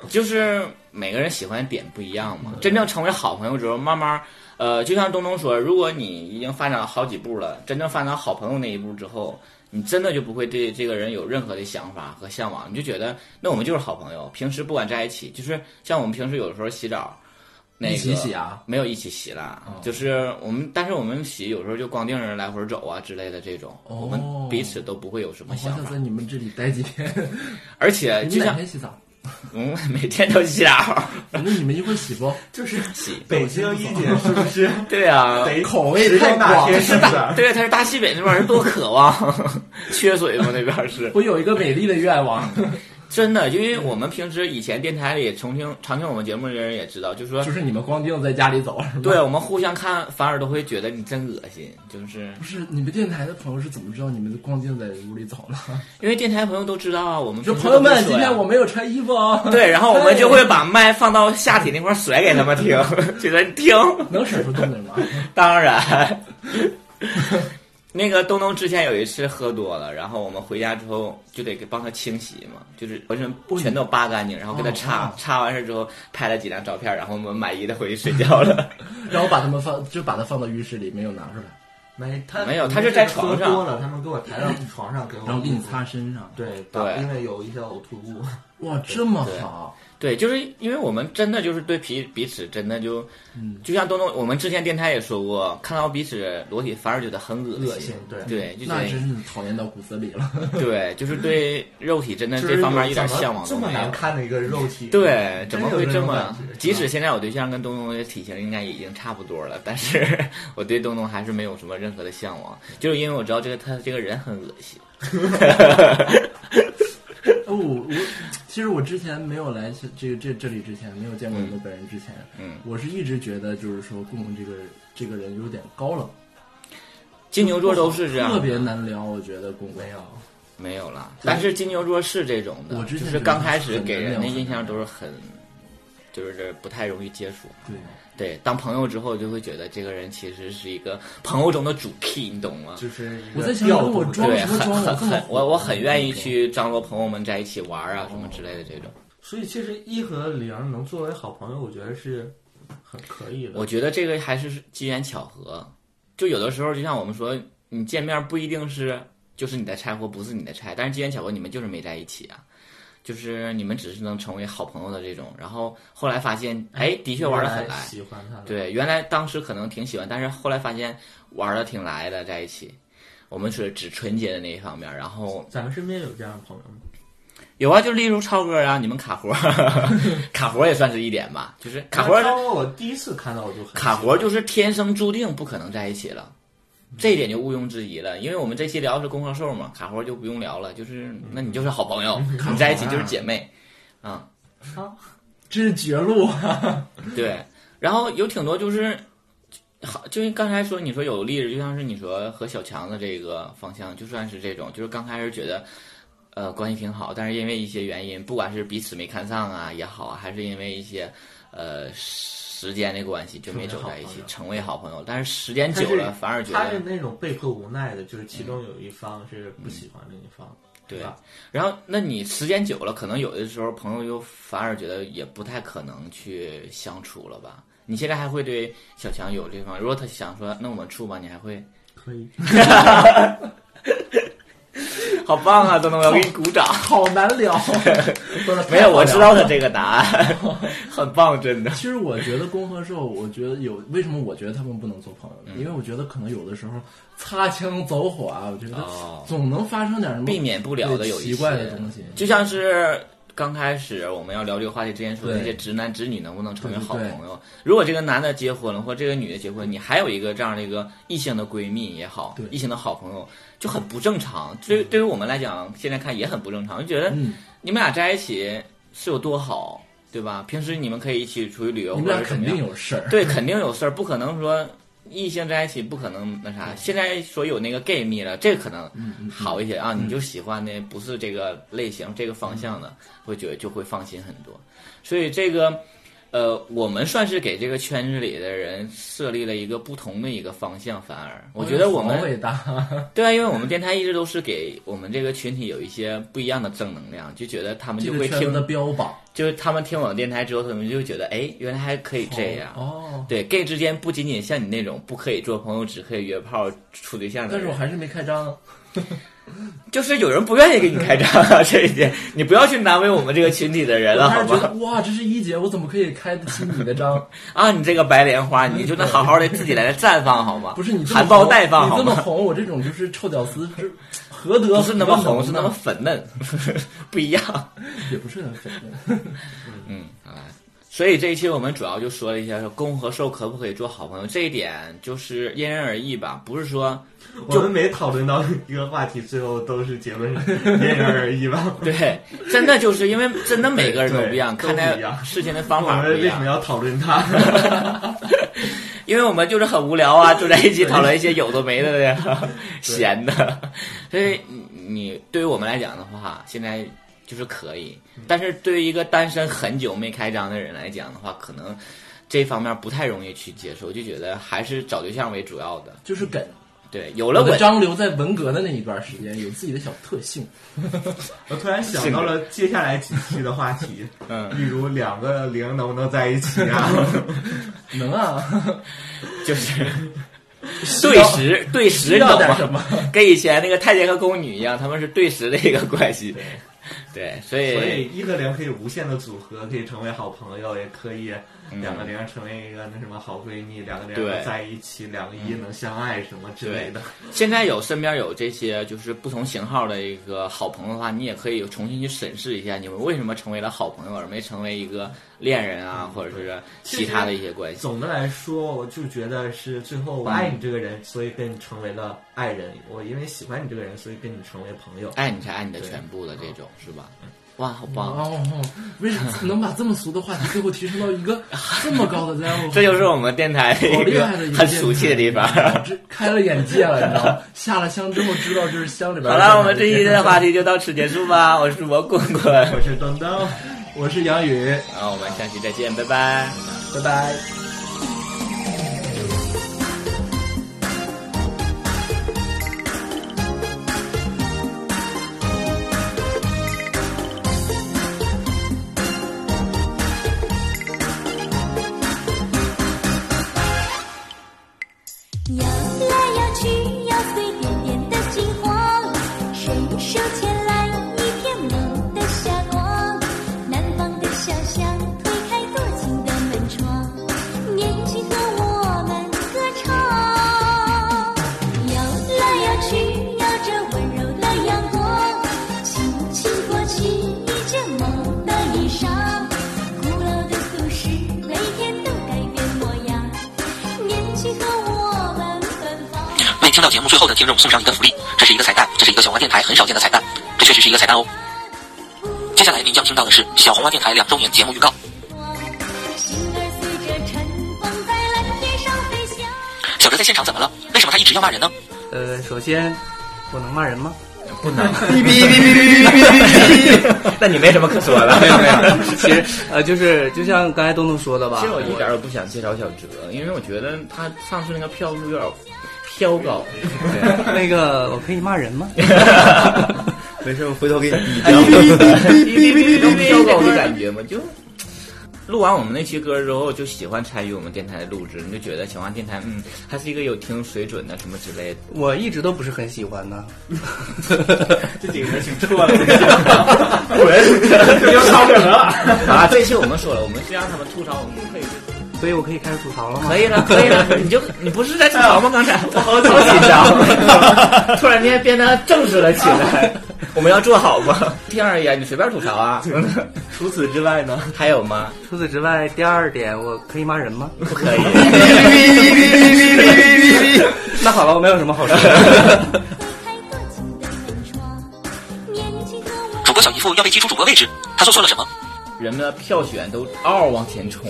S1: 就是每个人喜欢的点不一样
S3: 嗯
S1: 嘛。真正成为好朋友之后，慢慢，呃，就像东东说，如果你已经发展了好几步了，真正发展到好朋友那一步之后，你真的就不会对这个人有任何的想法和向往，你就觉得那我们就是好朋友。平时不管在一起，就是像我们平时有的时候洗澡，那个、
S3: 一起洗啊？
S1: 没有一起洗啦，
S3: 哦
S1: 就是我们，但是我们洗有时候就光腚着来回走啊之类的这种，
S3: 哦
S1: 我们彼此都不会有什
S3: 我
S1: 么
S3: 好
S1: 想
S3: 想
S1: 法
S3: 在，你们这里待几天。
S1: 而且
S3: 你
S1: 就
S3: 们哪
S1: 像
S3: 天洗澡？
S1: 嗯，每天都洗澡， *laughs*
S3: 那你们一会儿洗不？
S2: 就是
S1: 洗
S2: 北京一姐是不
S1: *laughs*
S2: 是？
S1: 对啊，
S2: 北
S3: 口味
S2: 谁
S3: 太
S2: 哪
S3: 广
S2: 天是的？
S1: *laughs* 对，他是大西北那边是多渴望，缺水嘛那边是
S3: *laughs* 我有一个美丽的愿 *laughs* 望，
S1: 真的，因为我们平时以前电台里重听常听我们节目的人也知道，就说
S3: 就是你们光腚在家里走，是吧？
S1: 对我们互相看，反而都会觉得你真恶心，就是
S3: 不是你们电台的朋友是怎么知道你们的光腚在屋里 *laughs* 走呢？
S1: 因为电台朋友都知道啊，我们
S3: 说
S1: 平时
S3: 朋友
S1: 都
S3: 们，
S1: 不
S3: 今
S1: 说呀
S3: 天我没有穿衣服哦，
S1: 对，然后我们就会把麦放到下体那块儿甩给他们听，觉得你听，
S3: 能甩出动静吗？
S1: *laughs* 当然。那个东东之前有一次喝多了，然后我们回家之后就得给帮他清洗嘛，就是浑身全都扒干净，然后给他擦，
S3: 哦
S1: 擦完事之后拍了几张照片，然后我们满意的回去睡觉
S2: *laughs*
S1: 了。
S3: *laughs* 然后把他们放，就把它放到浴室里，没有拿出来，
S2: 没，他
S1: 没有他是在床上
S2: 喝多了，他们给我抬到床上给我，
S3: 然后给你擦。身上。
S2: 对，
S1: 对
S2: 因为有一些呕吐物。
S3: 哇，这么好，
S1: 对，就是因为我们真的就是对彼彼此真的就，
S3: 嗯
S1: 就像东东，我们之前电台也说过，看到彼此裸体反而觉得很恶
S2: 恶心对
S1: 对，就觉
S3: 那
S1: 得
S3: 真是讨厌到骨子里了。
S1: 对，就是对肉体真的
S2: 就是
S1: 这方面
S2: 有
S1: 一点
S2: 怎么
S1: 向往
S2: 这
S1: 都
S2: 么
S1: 没
S2: 难
S1: 有。
S2: 看的一个肉体，
S1: 对，怎
S2: 真
S1: 么
S2: 有
S1: 会
S2: 这
S1: 这
S2: 种
S1: 么
S2: 感觉？
S1: 即使现在我对象跟东东的体型应该已经差不多了，但是 *laughs* 我对东东还是没有什么任何的向往，就是因为我知道这个他这个人很恶心。
S3: 哦，我我其实我之前没有来这这这这里之前，没有见过你的本人之前，
S1: 嗯，
S3: 我是一直觉得就是说共同这个这个人有点高冷，
S1: 金牛座都是啊这样的，
S3: 特别难聊，我觉得共
S2: 没有，
S1: 没有了。但是金牛座是这种的，
S3: 我之前
S1: 就是刚开
S3: 觉
S1: 始
S3: 得
S1: 给
S3: 很
S1: 人
S3: 难
S1: 的
S3: 聊
S1: 印象都是很就是不太容易接触。
S3: 对，
S1: 对，当朋友之后就会觉得这个人其实是一个朋友中的主 key，你懂吗？
S2: 就是一个
S3: 我在想，如果
S2: 调度
S3: 装
S1: 对，
S3: 什么
S1: 很
S3: 装，
S1: 很
S3: 这么
S1: 很，我我很愿意
S3: 去。
S1: 去张罗朋友们在一起玩啊什么之类的这种。
S2: 所以其实一和零能作为好朋友，我觉得是很可以的。
S1: 我觉得这个还是机缘巧合，就有的时候就像我们说，你见面不一定是就是你的菜或不是你的菜，但是机缘巧合你们就是没在一起啊，就是你们只是能成为好朋友的这种，然后后来发现，哎，的确玩的很
S2: 原来
S1: 来，
S2: 喜欢他了。
S1: 对，原来当时可能挺喜欢，但是后来发现玩的挺来的，在一起。我们是指纯洁的那一方面，然后
S2: 咱们身边有这样的朋友吗？
S1: 有啊，就例如超哥啊，你们卡活儿， *laughs* 卡活儿也算是一点吧，就是卡活儿
S2: 超哥，我第一次看到我就很
S1: 卡活就是天生注定不可能在一起了，这一点就毋庸置疑了。因为我们这期聊的是公和兽嘛，卡活就不用聊了，就是那你就是好朋友， *laughs* 你在一起就是姐妹，啊、
S3: 这是绝路啊！
S1: 对。然后有挺多就是，好，就是刚才说你说有例子，就像是你说和小强的这个方向，就算是这种，就是刚开始觉得。呃，关系挺好，但是因为一些原因，不管是彼此没看上啊也好啊，还是因为一些呃时间的关系，就没走在一起，成为好朋友。但是时间久了，反而觉
S2: 他
S1: 得
S2: 是
S1: 嗯
S2: 那种被迫无奈的，就是其中有一方是不喜欢另一方，
S1: 对
S2: 吧？
S1: 然后，那你时间久了，可能有的时候朋友又反而觉得也不太可能去相处了吧？你现在还会对小强有这方，如果他想说那我们处吧，你还会
S2: 可以，
S1: 好棒啊，东东，我给你鼓掌。
S3: 好难
S2: *laughs*
S3: 聊，不是
S1: *laughs* 没有，我知。道
S3: 太好聊
S1: 他这个答案， *laughs* 很棒，真的。
S3: 其实我觉得公和兽，我觉得有为什么我觉得他们不能做朋友
S1: 嗯
S3: 呢？因为我觉得可能有的时候擦枪走火啊，我觉得
S1: 哦
S3: 总能发生点什么
S1: 避免不了的有一些
S3: 奇怪的东西。
S1: 就像是刚开始我们要聊这个话题之前说的
S3: 对
S1: 那些直男直女能不能成为好
S3: 对对对
S1: 朋友？如果这个男的结婚了，或这个女的结婚，你还有一个这样的一个异性的闺蜜也好
S3: 对，
S1: 异性的好朋友就很不正常。对，对于我们来讲，现在看也很不正常，就觉得
S3: 嗯，
S1: 你们俩在一起是有多好，对吧？平时你们可以一起出去旅游，
S3: 你们
S1: 或
S3: 俩
S1: 者怎
S3: 肯
S1: 么样
S3: 定。有 *laughs* 事儿。
S1: 对，肯定有事儿，不可能说异性在一起不可能那啥。现在说有那个 gay 蜜了，这可能
S3: 嗯
S1: 好一些啊。你就喜欢的不是这个类型、这个方向的，
S3: 嗯
S1: 会觉得就会放心很多。所以这个，呃，我们算是给这个圈子里的人设立了一个不同的一个方向，反而
S3: 哦
S1: 我觉得我
S3: 好
S1: 们
S3: 伟大，
S1: 对啊，因为我们电台一直都是给我们这个群体有一些不一样的正能量，就觉得他们
S3: 这
S1: 就
S3: 个
S1: 会
S3: 圈子
S1: 听，
S3: 的标榜
S1: 就是他们听我们电台之后，他们就觉得哎，原来还可以这样。
S3: 哦。
S1: 对，gay 之间不仅仅像你那种不可以做朋友，只可以约炮、处对象的
S3: 但是
S1: 人，
S3: 我还是没开张，啊
S1: 就是有人不愿意给你开张啊， *laughs* 这一点你不要去难为我们这个群体的人
S3: 我
S1: 了，
S3: 还
S1: 好
S3: 是觉
S1: 吗
S3: 得？哇，这是一姐，我怎么可以开得起你的张？ *laughs*
S1: 啊，你这个白莲花，你就能好好的自己来这绽放好吗？
S3: 不是你这么
S1: 含苞
S3: 红
S1: 待放
S3: 你
S1: 好
S3: 这么
S1: 吗？
S3: 红，我这种就是臭屌丝，是何德
S1: 不是那么
S3: 何能
S1: 红，
S3: 呢
S1: 是那么粉嫩， *laughs* 不一样。
S3: 也不是很粉嫩。
S1: 嗯，好吧。所以这一期我们主要就说了一下，说公和受可不可以做好朋友，这一点就是因人而异吧，不是说
S2: 我们每讨论到一个话题，最后都是结论
S1: *laughs*
S2: 是因人而异吧。
S1: 对，真的就是因为真的每个人都不一样，
S2: 对
S1: 看待
S2: 都不一样
S1: 事情的
S2: 我
S1: 方法
S2: 们
S1: 不一
S2: 为什么
S1: 样。
S2: 要讨
S1: *laughs*
S2: 论它？
S1: 因为我们就是很无聊啊，坐在一起讨论一些有的没的的，闲的。所以你你对于我们来讲的话，现在就是可以，
S3: 嗯
S1: 但是对于一个单身很久没开张的人来讲的话，可能这方面不太容易去接受，就觉得还是找对象为主要的。
S3: 就是梗。
S1: 对，有了
S3: 我的
S1: 稳
S3: 张留在文革的那一段时间，有自己的小特性。
S2: 我突然想到了接下来几期的话题，
S1: 嗯
S2: 例如两个零能不能在一起
S1: *laughs*
S2: 啊？
S3: 能啊，
S1: *laughs* 就是对时对时，
S3: *laughs* 知
S1: 你懂
S3: 道点
S1: 吗？
S3: 什么？
S1: 跟以前那个太监和宫女一样，他们是对食的一个关系。对，所以
S2: 所以一和零可以无限的组合，可以成为好朋友，也可以两个零成为一个那什么好闺蜜，两个零
S1: 对
S2: 在一起，两个一能相爱什么之类的。
S1: 现在有身边有这些就是不同型号的一个好朋友的话，你也可以重新去审视一下，你们为什么成为了好朋友，而没成为一个恋人啊，或者是其他的一些关系。
S2: 总的来说，我就觉得是最后我爱你这个人，所以跟你成为了爱人；我因为喜欢你这个人，所以跟你成为朋友。
S1: 爱你才爱你的全部的这种是吧？哇，好棒！
S3: 哦，为什么能把这么俗的话题最后提升到一个这么高的
S1: *laughs*
S3: level？
S1: 这就是我们电台的
S3: 好
S1: 一
S3: 厉
S1: 个
S3: 害的一个
S1: 很俗气的地方。
S3: 电台这开了眼界了，你知道吗？下了香之后知道这是香里边。
S1: 好了，我们这一期的话题就到此结束吧。我是主播棍棍，
S2: 我是东东。我是杨宇，
S1: 然后我们下期再见，拜拜。
S2: 拜拜。
S5: 摇来摇去，摇碎点点的金黄，伸手牵来一片美的霞光。南方的小巷推开多情的门窗，年轻和我们歌唱。摇来摇去，摇着温柔的阳光，轻轻过去一件梦的衣裳。古老的故事每天都改变模样，年轻和我们奔放。
S6: 为听到节目最后的听众送上一个福利，这是一个彩蛋，这是一个小蛙电台很少见的彩蛋，这确实是一个彩蛋哦。接下来您将听到的是小红蛙电台两周年节目预告。
S5: 心儿随着晨风在蓝天上飞翔。
S6: 小哲在现场怎么了？为什么他一直要骂人呢？
S7: 呃，首先，我能骂人吗？
S1: 哔哔哔哔哔哔哔哔。那你没什么可说的，没有没有。
S7: 其实，
S1: *laughs*
S7: 呃，就是就像刚才东东说的吧，
S1: 啊其实我一点儿都不想介绍小哲，因为我觉得他上次那个票数有点飘高。
S7: 那个我可以骂人吗？
S1: *laughs* 没事，我回头给你逼掉。 *laughs* 飙高的感觉嘛，就录完我们那期歌之后，就喜欢参与我们电台的录制，你就觉得小王电台，嗯，还是一个有挺水准的什么之类的。
S7: 我一直都不是很喜欢呢。
S2: 这几个人挺错的，滚！这就超梗了。
S1: *laughs* 啊，这期我们说了，我们是让他们吐槽，我们可以，
S7: 所以我可以开始吐槽了吗？
S1: 可以了，可以了。你就你不是在吐槽吗？刚才我好紧张，突然间变得正式了起来。 *laughs* 我们要做好吗？听而言，你随便吐槽啊。
S2: 除此之外呢？
S1: 还有吗？
S7: 除此之外，第二点，我可以骂人吗？
S1: 不可以。
S7: 那好了，我没有什么好说的。
S5: 推开多情的门窗，年轻和我
S6: 主播小姨夫要被踢出主播位置，他做错了什么？
S1: 人们的票选都嗷嗷往前冲，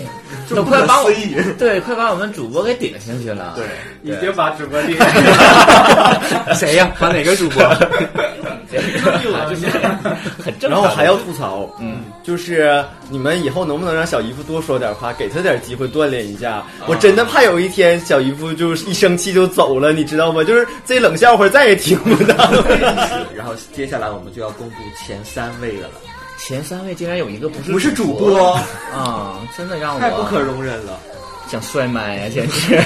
S1: 都快把我
S2: 不可思议
S1: 对，快把我们主播给顶上去了。
S2: 对，已经把主播厉
S7: 谁呀？把哪个主播？
S1: 就是很正常。
S8: *laughs* 然后我还要吐槽，嗯，就是你们以后能不能让小姨夫多说点话，给他点机会锻炼一
S2: 啊
S8: 下？我真的怕有一天小姨夫就是一生气就走了，你知道吗？就是这冷笑话再也听不到了。
S2: *laughs* 然后接下来我们就要公布前三位的了，
S1: 前三位竟然有一个不是
S2: 不是主
S1: 主
S2: 播，
S1: 啊、真的让我
S2: 太不可容忍了。
S1: 想摔麦呀、简直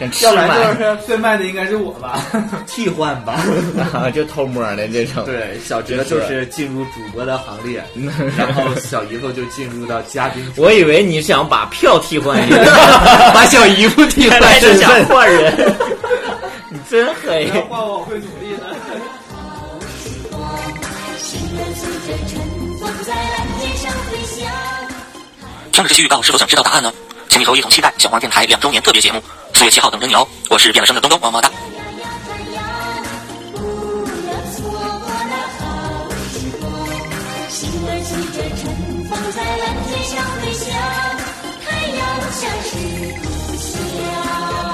S1: 想吃
S2: 要不然
S1: 麦
S2: 就是最慢的应该是我吧，替换
S8: *laughs*
S2: 吧。
S1: 啊，就偷摸的这种。
S2: 对，小哲就是进入主播的行列， *laughs* 然后小姨夫就进入到嘉宾组。
S1: 我以为你想把票替换一下，把小姨夫替换，真想换人， *laughs* 你真黑。
S2: 换我会努力的。
S5: 光，心儿随着晨风在蓝天上飞翔。
S6: 听了这期预告，是否想知道答案呢？请你和我一同期待小黄电台两周年特别节目，四月七号等着你哦！我是变了声的东东，么么哒。
S5: 摇着摇，不要错过那好时光。心儿随着晨风在蓝天上飞翔，太阳像是故乡。